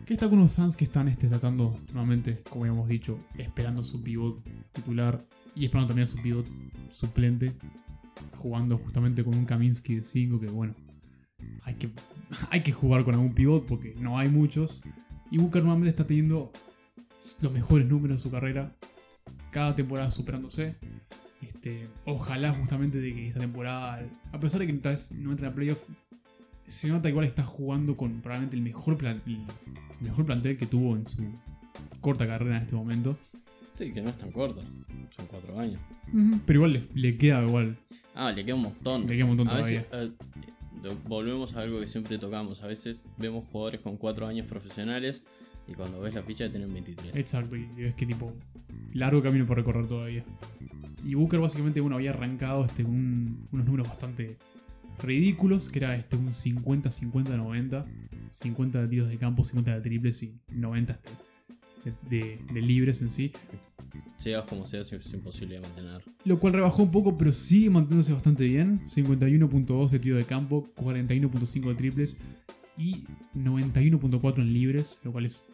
Speaker 2: Que está con los Suns que están este, tratando nuevamente, como habíamos dicho, esperando su pivot titular y esperando también a su pivot suplente, jugando justamente con un Kaminsky de 5, que bueno, hay que, hay que jugar con algún pivot porque no hay muchos. Y Booker nuevamente está teniendo los mejores números de su carrera, cada temporada superándose. Este, ojalá justamente de que esta temporada, a pesar de que tal vez no entra a playoff, se nota igual está jugando con probablemente el mejor, plan- el mejor plantel que tuvo en su corta carrera en este momento.
Speaker 1: Sí, que no es tan corto, son cuatro años.
Speaker 2: Ujú, Pero igual le, le queda igual.
Speaker 1: Ah, le queda un montón.
Speaker 2: Le queda un montón
Speaker 1: a veces,
Speaker 2: todavía.
Speaker 1: eh, volvemos a algo que siempre tocamos, a veces vemos jugadores con cuatro años profesionales y cuando ves la ficha tienen 23.
Speaker 2: Exacto, y es que tipo, largo camino por recorrer todavía. Y Booker básicamente, bueno, había arrancado este, un- unos números bastante ridículos, que era este, un 50-50-90, 50 de tiros de campo, 50 de triples y 90 este, de- de- de libres en sí.
Speaker 1: Seas como seas, es imposible de mantener.
Speaker 2: Lo cual rebajó un poco, pero sigue manteniéndose bastante bien. 51.2 de tiro de campo, 41.5 de triples y 91.4 en libres, lo cual es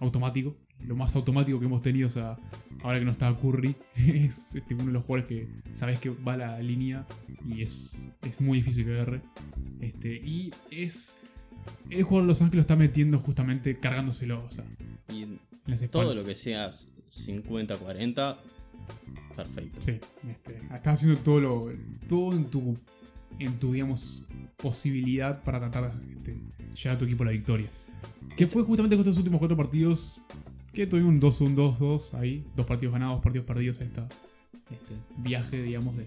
Speaker 2: automático. Lo más automático que hemos tenido, o sea, ahora que no está Curry, es este, uno de los jugadores que sabes que va a la línea y es, es muy difícil que agarre. Este, y es. El jugador de Los Ángeles lo está metiendo justamente cargándoselo, o sea, en
Speaker 1: Y
Speaker 2: las
Speaker 1: todo
Speaker 2: espaldas.
Speaker 1: lo que seas 50-40, perfecto.
Speaker 2: Sí, este, estás haciendo todo lo, todo en tu, en tu digamos, posibilidad para tratar este, llevar a tu equipo a la victoria. Que fue justamente con estos últimos cuatro partidos que tuvimos un 2-1, 2-2 ahí, dos partidos ganados, dos partidos perdidos en esta- este viaje, digamos, de,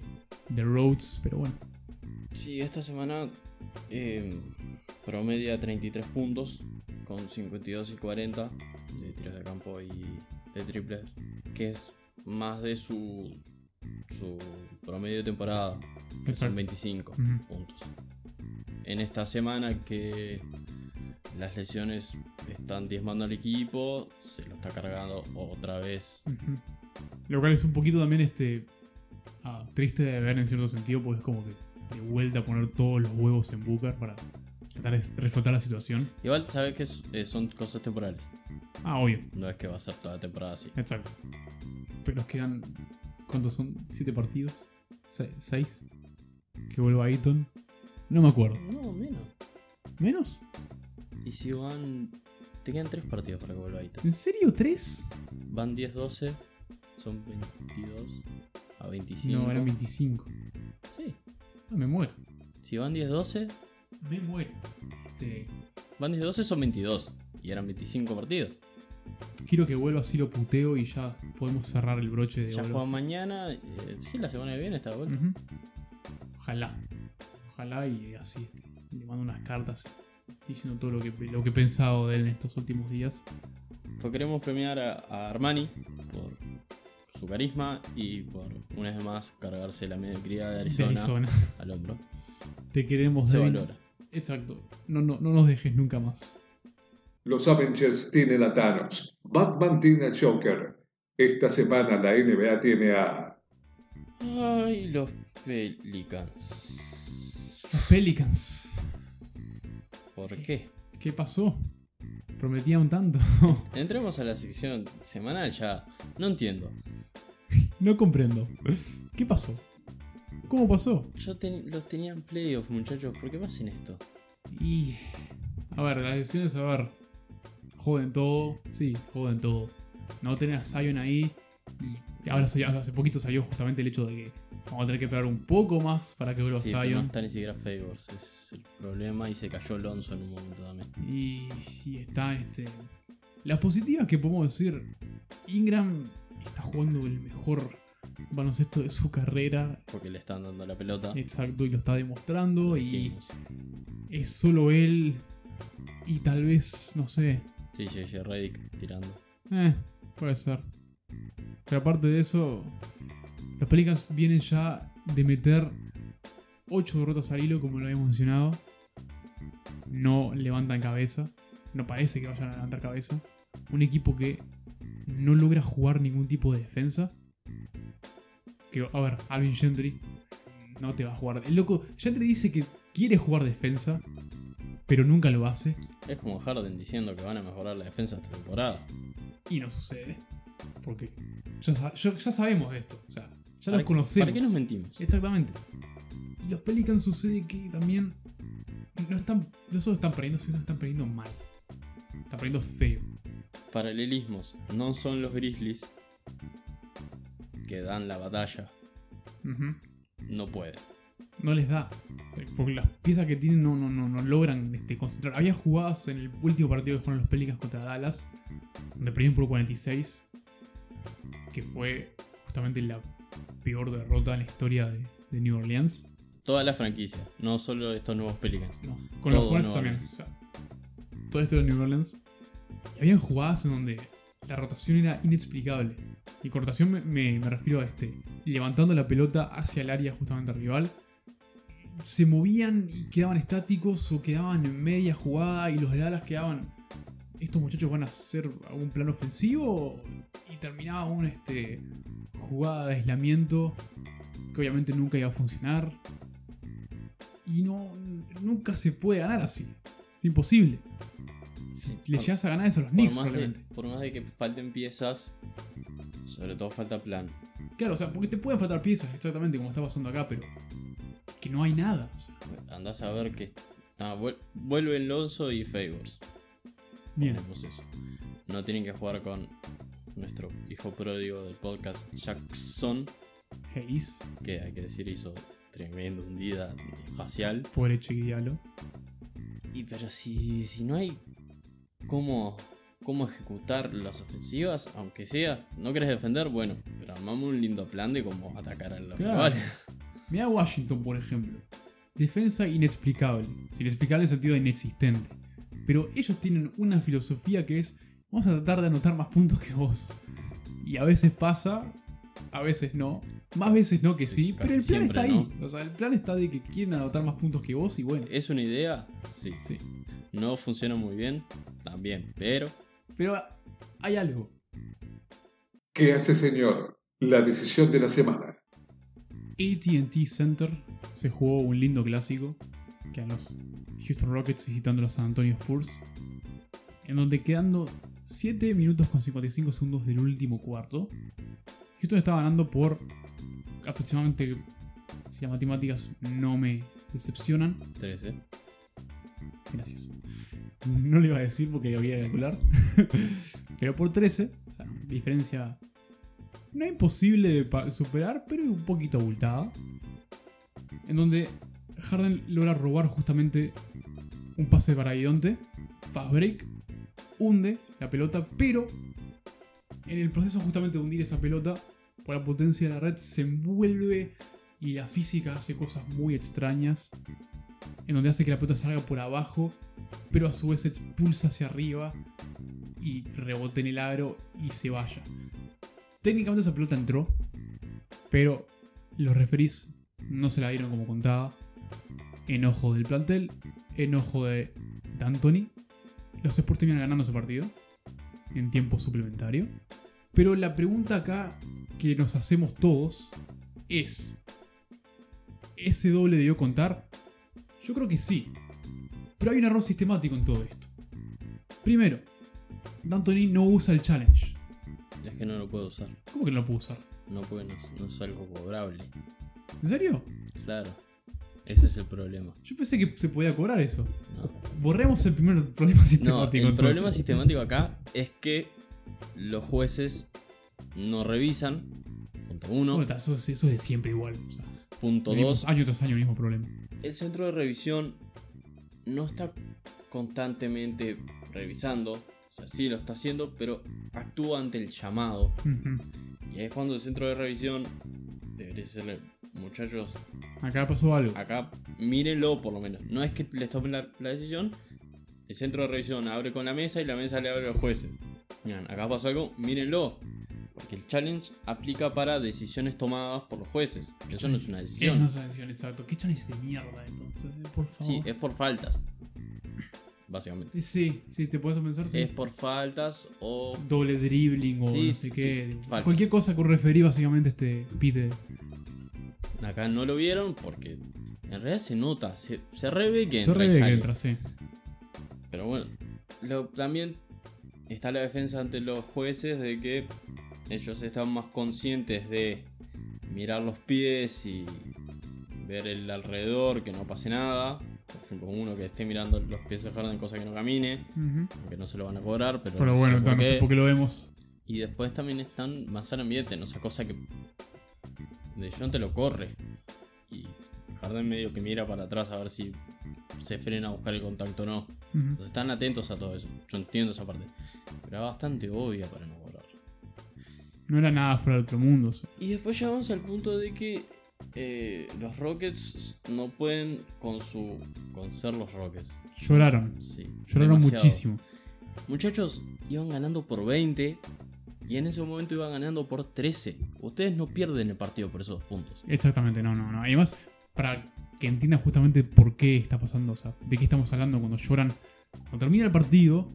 Speaker 2: de roads, pero bueno.
Speaker 1: Sí, esta semana eh, promedia 33 puntos con 52 y 40 de tiros de campo y de triples, que es más de su, su promedio de temporada, que son
Speaker 2: Exacto. Mm.
Speaker 1: 25
Speaker 2: Ujú.
Speaker 1: puntos. En esta semana que las lesiones están diezmando al equipo, se lo está cargando otra vez.
Speaker 2: Ujú. Lo cual es un poquito también este ah, triste de ver en cierto sentido, porque es como que de vuelta a poner todos los huevos en Booker para tratar de reflotar la situación.
Speaker 1: Igual sabes que es- eh, son cosas temporales,
Speaker 2: Ah, obvio.
Speaker 1: no es que va a ser toda la temporada así.
Speaker 2: Exacto. Pero nos quedan. ¿Cuántos son? ¿Siete partidos? Se- ¿Seis? Que vuelva Ayton. No me acuerdo.
Speaker 1: No, menos.
Speaker 2: ¿Menos?
Speaker 1: Y si van. Te quedan 3 partidos para que vuelva Aiton.
Speaker 2: ¿En serio? ¿Tres?
Speaker 1: Van 10-12, son 22 a 25.
Speaker 2: No, eran 25.
Speaker 1: Sí.
Speaker 2: Ah, me muero.
Speaker 1: Si van 10-12,
Speaker 2: Me muero. Este,
Speaker 1: van 10-12 son 22. Y eran 25 partidos.
Speaker 2: quiero que vuelva así lo puteo y ya podemos cerrar el broche de
Speaker 1: Ya
Speaker 2: oro.
Speaker 1: juegan mañana. eh, sí, la semana que viene está de vuelta.
Speaker 2: Ujú. Ojalá. Ojalá y así este, le mando unas cartas diciendo todo lo que, lo que he pensado de él en estos últimos días.
Speaker 1: Pues queremos premiar a, a Armani por su carisma y por una vez más cargarse la mediocridad de Arizona,
Speaker 2: De Arizona.
Speaker 1: al hombro.
Speaker 2: Te queremos,
Speaker 1: Se
Speaker 2: Devin.
Speaker 1: valora.
Speaker 2: Exacto. No, no, no nos dejes nunca más.
Speaker 3: Los Avengers tienen a Thanos. Batman tiene a Joker. Esta semana la NBA tiene a
Speaker 1: Ay, los Pelicans.
Speaker 2: Los Pelicans.
Speaker 1: ¿Por qué?
Speaker 2: ¿Qué pasó? Prometían tanto.
Speaker 1: Entremos a la sección semanal ya. No entiendo.
Speaker 2: no comprendo. ¿Qué pasó? ¿Cómo pasó?
Speaker 1: Yo ten- los tenía en playoff, muchachos. ¿Por qué me hacen esto?
Speaker 2: Y. A ver, las decisiones, a ver. Joden todo. Sí, joden todo. No tener a Zion ahí. Y ahora salió- hace poquito salió justamente el hecho de que Vamos a tener que esperar un poco más para que vuelva
Speaker 1: Sí, pero no
Speaker 2: Zion.
Speaker 1: está ni siquiera Favors, es el problema. Y se cayó Alonso en un momento también.
Speaker 2: Y, y está este. Las positivas que podemos decir. Ingram está jugando el mejor baloncesto de su carrera.
Speaker 1: Porque le están dando la pelota.
Speaker 2: Exacto, y lo está demostrando.
Speaker 1: Lo
Speaker 2: Y
Speaker 1: dijimos.
Speaker 2: es solo él. Y tal vez, no sé.
Speaker 1: Sí, JJ Redick tirando.
Speaker 2: Eh, puede ser. Pero aparte de eso. Los Pelicans vienen ya de meter 8 derrotas al hilo, como lo había mencionado. No levantan cabeza. No parece que vayan a levantar cabeza. Un equipo que no logra jugar ningún tipo de defensa. Que, a ver, Alvin Gentry no te va a jugar. El loco, Gentry dice que quiere jugar defensa, pero nunca lo hace
Speaker 1: Es como Harden diciendo que van a mejorar la defensa esta temporada.
Speaker 2: y no sucede. Porque ya, sa- yo- ya sabemos de esto. O sea, ya
Speaker 1: ¿Para-
Speaker 2: lo conocemos.
Speaker 1: ¿Para qué nos mentimos?
Speaker 2: Exactamente. Y los Pelicans sucede que también no están. No solo están perdiendo, sino que están perdiendo mal. Están perdiendo feo.
Speaker 1: Paralelismos. No son los Grizzlies que dan la batalla.
Speaker 2: Ujú.
Speaker 1: No pueden.
Speaker 2: No les da. O sea, porque las piezas que tienen no, no, no, no logran este, concentrar. Había jugadas en el último partido que jugaron los Pelicans contra Dallas, donde perdieron por 46. Que fue justamente la peor derrota en la historia de, de New Orleans.
Speaker 1: Toda la franquicia, no solo estos nuevos Pelicans.
Speaker 2: No, con
Speaker 1: Todo
Speaker 2: los Hornets
Speaker 1: New
Speaker 2: también.
Speaker 1: Orleans.
Speaker 2: o sea, todo esto de New Orleans. Y habían jugadas en donde la rotación era inexplicable. Y con rotación me, me- me refiero a este. Levantando la pelota hacia el área justamente rival. Se movían y quedaban estáticos o quedaban en media jugada y los de Dallas quedaban. ¿Estos muchachos van a hacer algún plan ofensivo? Y terminaba un este, jugada de aislamiento que obviamente nunca iba a funcionar y no nunca se puede ganar así. Es imposible. Si le
Speaker 1: por-
Speaker 2: llegas a ganar es a los
Speaker 1: Por
Speaker 2: Knicks,
Speaker 1: más, de,
Speaker 2: probablemente.
Speaker 1: por más de que falten piezas, sobre todo falta plan.
Speaker 2: Claro, o sea, porque te pueden faltar piezas, exactamente como está pasando acá, pero es que no hay nada. o sea,
Speaker 1: Andás a ver que ah, vuel- vuelven Lonzo y Favors.
Speaker 2: bien,
Speaker 1: Ponemos eso. No tienen que jugar con nuestro hijo pródigo del podcast, Jackson,
Speaker 2: Hayes,
Speaker 1: que hay que decir hizo tremenda hundida espacial.
Speaker 2: pobre Chiquidialo.
Speaker 1: Y pero si, si no hay cómo, cómo ejecutar las ofensivas, aunque sea, no querés defender, bueno, pero armamos un lindo plan de cómo atacar a los
Speaker 2: Claro.
Speaker 1: rivales.
Speaker 2: Mirá Washington, por ejemplo. Defensa inexplicable. Si inexplicable en el sentido de inexistente. Pero ellos tienen una filosofía que es: vamos a tratar de anotar más puntos que vos. Y a veces pasa, a veces no. Más veces no que
Speaker 1: Casi
Speaker 2: sí, pero el plan
Speaker 1: siempre
Speaker 2: está ahí.
Speaker 1: no. Eh,
Speaker 2: O sea, el plan está de que quieren anotar más puntos que vos y bueno.
Speaker 1: ¿Es una idea? Sí.
Speaker 2: Sí.
Speaker 1: No funciona muy bien, también, pero
Speaker 2: Pero hay algo.
Speaker 3: ¿Qué hace señor? La decisión de la semana.
Speaker 2: ATT Center se jugó un lindo clásico, que eran los Houston Rockets visitando a los San Antonio Spurs, en donde quedando 7 minutos con 55 segundos del último cuarto, Houston estaba ganando por aproximadamente, si las matemáticas no me decepcionan,
Speaker 1: 13.
Speaker 2: Gracias. No le iba a decir porque lo quería calcular. pero por 13, o sea, diferencia no imposible de pa- superar, pero un poquito abultada. En donde Harden logra robar justamente un pase para Guidonte. Fast break, hunde la pelota, pero en el proceso justamente de hundir esa pelota, por la potencia de la red, se envuelve y la física hace cosas muy extrañas en donde hace que la pelota salga por abajo, pero a su vez se expulsa hacia arriba y rebote en el aro y se vaya. Técnicamente esa pelota entró, pero los referís no se la dieron como contaba. Enojo del plantel, enojo de D'Antoni. Los Spurs terminan ganando ese partido en tiempo suplementario. Pero la pregunta acá que nos hacemos todos es: ¿ese doble debió contar? Yo creo que sí. Pero hay un error sistemático en todo esto. Primero, D'Antoni no usa el challenge.
Speaker 1: Es que no lo puedo usar.
Speaker 2: ¿Cómo que no lo puede usar?
Speaker 1: No puede, no, es- no es algo cobrable.
Speaker 2: ¿En serio?
Speaker 1: Claro. Ese es el problema.
Speaker 2: Yo pensé que se podía cobrar eso.
Speaker 1: No.
Speaker 2: Borremos el primer problema
Speaker 1: No, el
Speaker 2: sistemático. entonces.
Speaker 1: problema sistemático acá es que los jueces no revisan, punto Punto uno.
Speaker 2: Bueno, está, eso, es- eso es de siempre igual. O sea,
Speaker 1: Punto
Speaker 2: venimos
Speaker 1: dos.
Speaker 2: año tras año el mismo problema.
Speaker 1: El centro de revisión no está constantemente revisando. O sea, sí lo está haciendo, pero actúa ante el llamado.
Speaker 2: Ujú.
Speaker 1: Y ahí es cuando el centro de revisión debería decirle, muchachos,
Speaker 2: Acá pasó algo.
Speaker 1: acá mírenlo por lo menos. No es que les tomen la, la decisión. El centro de revisión abre con la mesa y la mesa le abre a los jueces. Miren, acá pasó algo, mírenlo. Porque el challenge aplica para decisiones tomadas por los jueces. que Eso no es una
Speaker 2: ¿Qué es
Speaker 1: decisión.
Speaker 2: una sanción? Exacto. ¿Qué challenge de mierda entonces? eh, Por favor.
Speaker 1: Sí, es por faltas. Básicamente.
Speaker 2: Sí, sí, sí, te puedes pensar. Sí.
Speaker 1: Es por faltas o
Speaker 2: Doble dribbling o
Speaker 1: Sí,
Speaker 2: no sé
Speaker 1: sí,
Speaker 2: qué.
Speaker 1: sí, falta.
Speaker 2: Cualquier cosa que referí básicamente este pite.
Speaker 1: acá no lo vieron porque en realidad se nota, se, se revé que
Speaker 2: Se
Speaker 1: entra y
Speaker 2: revé que
Speaker 1: sale.
Speaker 2: entra, sí.
Speaker 1: Pero bueno, lo- también está la defensa ante los jueces de que ellos están más conscientes de mirar los pies y ver el alrededor, que no pase nada. Por ejemplo, uno que esté mirando los pies de Harden, cosa que no camine,
Speaker 2: Ujú.
Speaker 1: aunque no se lo van a cobrar, pero,
Speaker 2: Pero
Speaker 1: no sé
Speaker 2: bueno,
Speaker 1: por
Speaker 2: no sé
Speaker 1: qué.
Speaker 2: por qué lo vemos.
Speaker 1: Y después también están más al ambiente, no sé, cosa que de John te lo corre. Y Harden medio que mira para atrás a ver si se frena a buscar el contacto o no.
Speaker 2: Ujú.
Speaker 1: Entonces, están atentos a todo eso. Yo entiendo esa parte. Pero era bastante obvia para no borrar.
Speaker 2: No era nada fuera del otro mundo. o sea.
Speaker 1: Y después llegamos al punto de que eh, los Rockets no pueden con su. con ser los Rockets.
Speaker 2: Lloraron.
Speaker 1: Sí.
Speaker 2: Lloraron
Speaker 1: demasiado.
Speaker 2: muchísimo.
Speaker 1: Muchachos, iban ganando por 20. Y en ese momento iban ganando por 13. Ustedes no pierden el partido por esos puntos.
Speaker 2: Exactamente, no, no, no. Además, para que entiendas justamente por qué está pasando, o sea, de qué estamos hablando cuando lloran. Cuando termina el partido,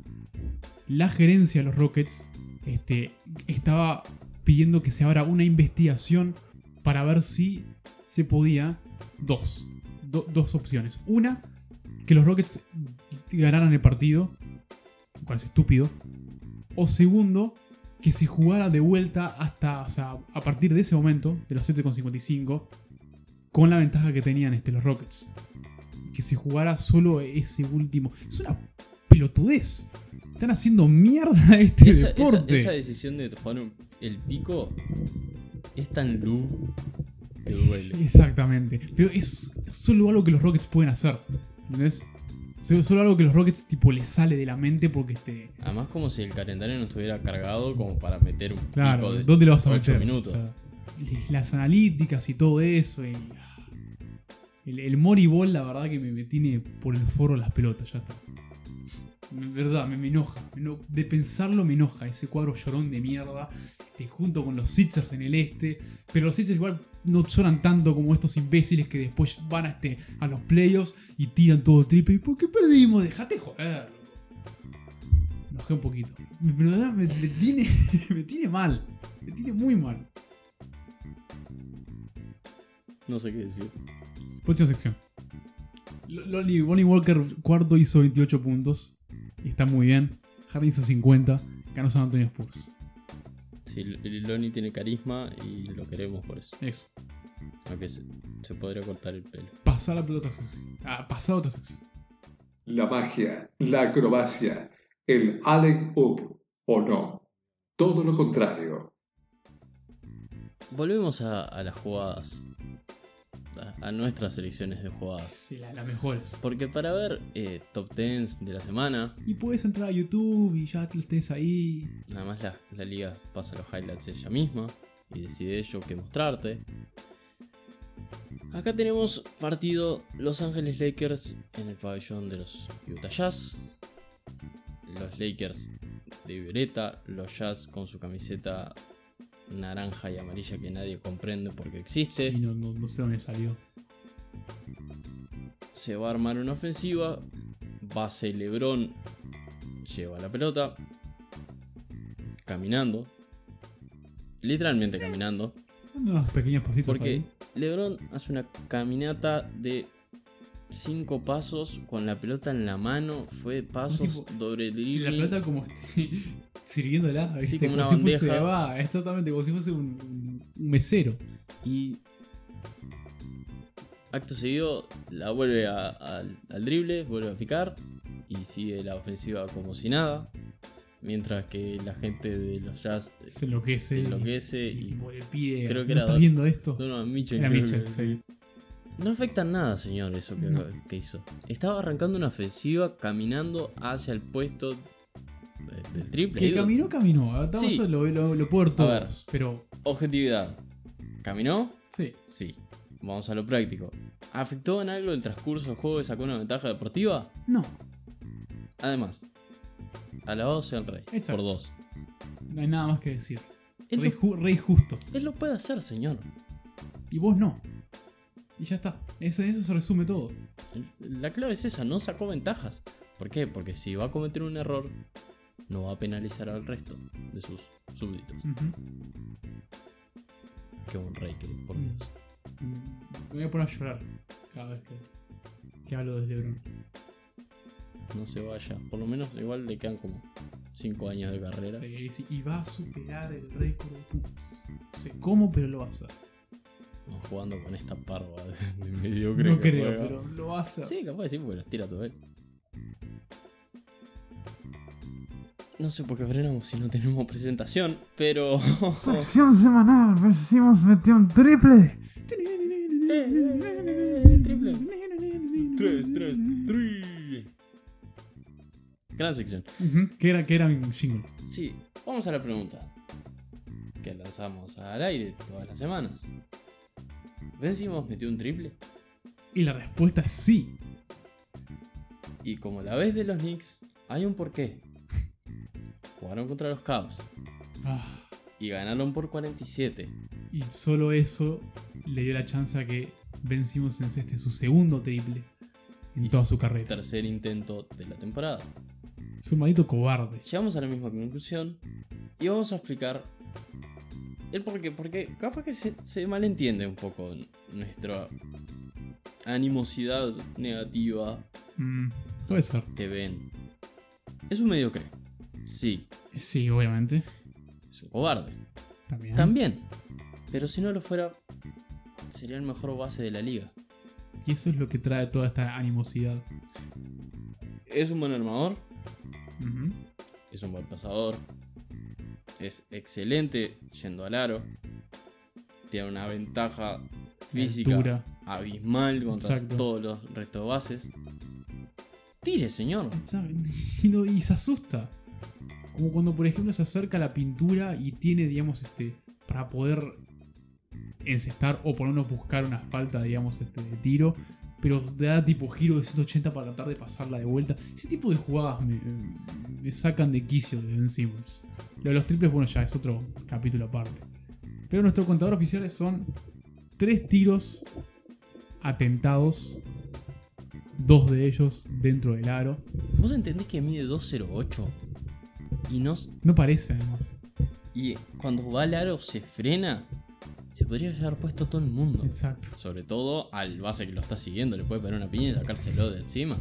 Speaker 2: la gerencia de los Rockets este, estaba pidiendo que se abra una investigación para ver si se podía. Dos. do- dos opciones. Una, que los Rockets ganaran el partido, lo cual es estúpido. O segundo, que se jugara de vuelta hasta, o sea, a partir de ese momento, de los 7,55, con la ventaja que tenían este, los Rockets. Que se jugara solo ese último. Es una pelotudez. Están haciendo mierda a este
Speaker 1: Esa, esa-
Speaker 2: deporte.
Speaker 1: esa decisión de jugar un- el pico es tan lu. Te duele.
Speaker 2: Exactamente. Pero es solo algo que los Rockets pueden hacer. ¿Entendés? Es Solo algo que los Rockets tipo les sale de la mente porque este.
Speaker 1: Además, como si el calendario no estuviera cargado como para meter un
Speaker 2: Claro,
Speaker 1: pico de
Speaker 2: ¿dónde lo vas a
Speaker 1: ocho
Speaker 2: meter?
Speaker 1: minutos.
Speaker 2: O sea, las analíticas y todo eso. y- ah, el, el Moribol, la verdad que me, me tiene por el foro las pelotas, ya está. Me- verdad, me, me enoja. Me eno- de pensarlo me enoja ese cuadro llorón de mierda. este, junto con los Sixers en el este. Pero los Sixers igual no lloran tanto como estos imbéciles que después van a, este, a los playoffs y tiran todo triple. ¿Y por qué perdimos? Dejate joder. loco. Me enojé un poquito. Me, me- me- me tiene, me tiene mal. Me tiene muy mal.
Speaker 1: No sé qué decir.
Speaker 2: Próxima sección. Lo- Lonnie, Lonnie Walker cuarto hizo 28 puntos. Y está muy bien. Harden hizo 50. Ganó San Antonio Spurs.
Speaker 1: Si Lonnie tiene carisma y lo queremos por eso.
Speaker 2: Eso.
Speaker 1: Aunque se, se podría cortar el pelo.
Speaker 2: Pasar la pelota a otra sección. Ah, pasar a otra sección.
Speaker 3: La magia, la acrobacia, el alley up o no. Todo lo contrario.
Speaker 1: Volvemos a, a las jugadas. A, a nuestras selecciones de jugadas.
Speaker 2: Sí, la- las mejores.
Speaker 1: Porque para ver eh, top 10 de la semana,
Speaker 2: Y puedes entrar a YouTube y ya estés ahí.
Speaker 1: nada más la, la liga pasa los highlights ella misma y decide yo qué mostrarte. Acá tenemos partido Los Ángeles Lakers en el pabellón de los Utah Jazz. Los Lakers de Violeta, los Jazz con su camiseta naranja y amarilla que nadie comprende porque existe.
Speaker 2: Sí, no, no- no sé dónde salió.
Speaker 1: se va a armar una ofensiva. Base Lebron lleva la pelota. Caminando. Literalmente caminando.
Speaker 2: Dando unos pequeños pasitos
Speaker 1: Porque
Speaker 2: ahí.
Speaker 1: Lebron hace una caminata de cinco pasos con la pelota en la mano. Fue pasos,
Speaker 2: tipo,
Speaker 1: doble
Speaker 2: Y la
Speaker 1: dribbling.
Speaker 2: pelota como este, sirviéndola.
Speaker 1: Sí,
Speaker 2: ¿viste?
Speaker 1: como una
Speaker 2: si fuese,
Speaker 1: bandeja.
Speaker 2: va, exactamente, como si fuese un- un- un mesero.
Speaker 1: Y. Acto seguido, la vuelve a- al- al drible, vuelve a picar y sigue la ofensiva como si nada. Mientras que la gente de los Jazz eh,
Speaker 2: Se enloquece.
Speaker 1: se
Speaker 2: y-
Speaker 1: enloquece
Speaker 2: Y
Speaker 1: y.
Speaker 2: tipo, le pide.
Speaker 1: creo que
Speaker 2: ¿No
Speaker 1: era
Speaker 2: estás
Speaker 1: Doc-
Speaker 2: viendo esto?
Speaker 1: No, no, Mitchell.
Speaker 2: Era
Speaker 1: creo
Speaker 2: Mitchell,
Speaker 1: que-
Speaker 2: sí.
Speaker 1: No afecta en nada, señor, eso que,
Speaker 2: No.
Speaker 1: que hizo. Estaba arrancando una ofensiva caminando hacia el puesto de- del triple.
Speaker 2: Que
Speaker 1: Digo,
Speaker 2: caminó, caminó. Ah, Estaba
Speaker 1: Sí.
Speaker 2: solo, lo, lo puedo ver
Speaker 1: A ver.
Speaker 2: todos, Pero,
Speaker 1: Objetividad. ¿Caminó?
Speaker 2: sí.
Speaker 1: Sí. Vamos a lo práctico. ¿Afectó en algo el transcurso del juego y sacó una ventaja deportiva?
Speaker 2: No,
Speaker 1: Además, alabado sea el rey.
Speaker 2: Exacto.
Speaker 1: Por dos.
Speaker 2: no hay nada más que decir.
Speaker 1: Él
Speaker 2: Rey,
Speaker 1: lo,
Speaker 2: ju- rey justo.
Speaker 1: él lo puede hacer, señor.
Speaker 2: Y vos no. Y ya está. Eso, eso se resume todo.
Speaker 1: La clave es esa, no sacó ventajas. ¿Por qué? Porque si va a cometer un error, no va a penalizar al resto de sus súbditos.
Speaker 2: Ujú.
Speaker 1: Qué buen rey, que, por
Speaker 2: Mm.
Speaker 1: Dios.
Speaker 2: Me voy a poner a llorar cada vez que, que hablo de Lebron.
Speaker 1: No se vaya. Por lo menos igual le quedan como 5 años de carrera.
Speaker 2: Sí, y sí, y va a superar el récord de puntos. No sé cómo, pero lo va a hacer.
Speaker 1: No jugando con esta parva de, de mediocre.
Speaker 2: No
Speaker 1: que
Speaker 2: creo,
Speaker 1: juega.
Speaker 2: pero lo va a hacer.
Speaker 1: Sí, capaz sí, porque las tira todo él. No sé por qué frenamos si no tenemos presentación, pero.
Speaker 2: Sección semanal, hicimos metió un triple.
Speaker 1: Triple. Tres, tres, tres. Gran sección.
Speaker 2: Ujú, Que era, que era un jingle.
Speaker 1: Sí, vamos a la pregunta. Que lanzamos al aire todas las semanas. ¿Ven si hemos metido un triple?
Speaker 2: Y la respuesta es sí.
Speaker 1: Y como la vez de los Knicks, hay un porqué. Jugaron contra los Cavs
Speaker 2: Ah,
Speaker 1: y ganaron por 47.
Speaker 2: y solo eso le dio la chance a que vencimos en este su segundo triple en
Speaker 1: Y
Speaker 2: toda
Speaker 1: su
Speaker 2: su carrera.
Speaker 1: Tercer intento de la temporada.
Speaker 2: Es un maldito cobarde.
Speaker 1: Llegamos a la misma conclusión y vamos a explicar el porqué. Porque capaz que se, se malentiende un poco nuestra animosidad negativa
Speaker 2: Mm, puede ser.
Speaker 1: te ven. Es un mediocre. Sí,
Speaker 2: Sí, obviamente.
Speaker 1: es un cobarde.
Speaker 2: También.
Speaker 1: También. Pero si no lo fuera, sería el mejor base de la liga.
Speaker 2: Y eso es lo que trae toda esta animosidad.
Speaker 1: Es un buen armador,
Speaker 2: Ujú.
Speaker 1: es un buen pasador, es excelente yendo al aro, tiene una ventaja física
Speaker 2: Altura.
Speaker 1: abismal contra
Speaker 2: Exacto.
Speaker 1: todos los restos de bases. Tire, señor.
Speaker 2: ¿saben? Y, no- y se asusta. Como cuando, por ejemplo, se acerca a la pintura y tiene, digamos, este. Para poder encestar o por lo menos buscar una falta, digamos, este, de tiro. Pero da tipo giro de 180 para tratar de pasarla de vuelta. Ese tipo de jugadas me, me sacan de quicio de Ben Simmons. Lo de los triples, bueno, ya es otro capítulo aparte. Pero nuestro contador oficial son tres tiros atentados. Dos de ellos dentro del aro.
Speaker 1: ¿Vos entendés que mide 2.08? Y no, s-
Speaker 2: No parece, además.
Speaker 1: Y cuando va al aro se frena. Se podría llevar puesto todo el mundo.
Speaker 2: Exacto.
Speaker 1: Sobre todo al base que lo está siguiendo. Le puede pegar una piña y sacárselo de encima.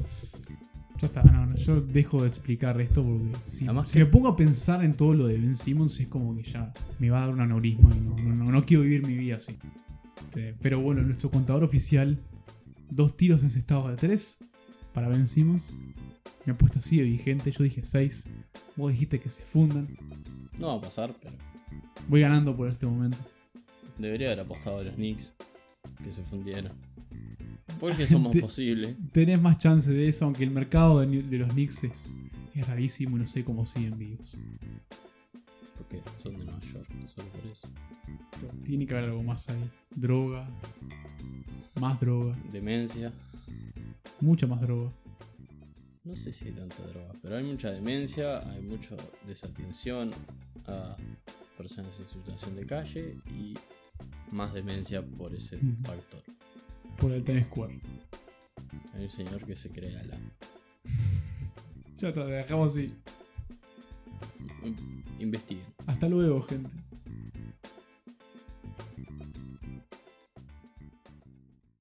Speaker 2: Ya está, no, no, yo dejo de explicar esto porque si,
Speaker 1: Además
Speaker 2: si me pongo a pensar en todo lo de Ben Simmons es como que ya me va a dar un aneurisma y no, no, no, no quiero vivir mi vida así. Este, pero bueno, nuestro contador oficial, dos tiros encestados de tres para Ben Simmons. Mi apuesta sigue vigente, yo dije seis. Vos dijiste que se fundan.
Speaker 1: No va a pasar, pero
Speaker 2: Voy ganando por este momento.
Speaker 1: debería haber apostado a los Knicks. Que se fundieron. Porque somos
Speaker 2: Te-
Speaker 1: posibles.
Speaker 2: Tenés más chance de eso, aunque el mercado de, ni- de los Knicks es, es rarísimo y no sé cómo siguen vivos.
Speaker 1: Porque son de Nueva York. Solo por eso.
Speaker 2: Tiene que haber algo más ahí. Droga. Más droga.
Speaker 1: Demencia.
Speaker 2: Mucha más droga.
Speaker 1: No sé si hay tanta droga. Pero hay mucha demencia. Hay mucha desatención a personas en situación de calle. Y más demencia por ese
Speaker 2: Ujú.
Speaker 1: factor.
Speaker 2: Por el tenis square.
Speaker 1: Hay un señor que se crea la
Speaker 2: Ya está, dejamos así.
Speaker 1: Investiguen.
Speaker 2: Hasta luego, gente.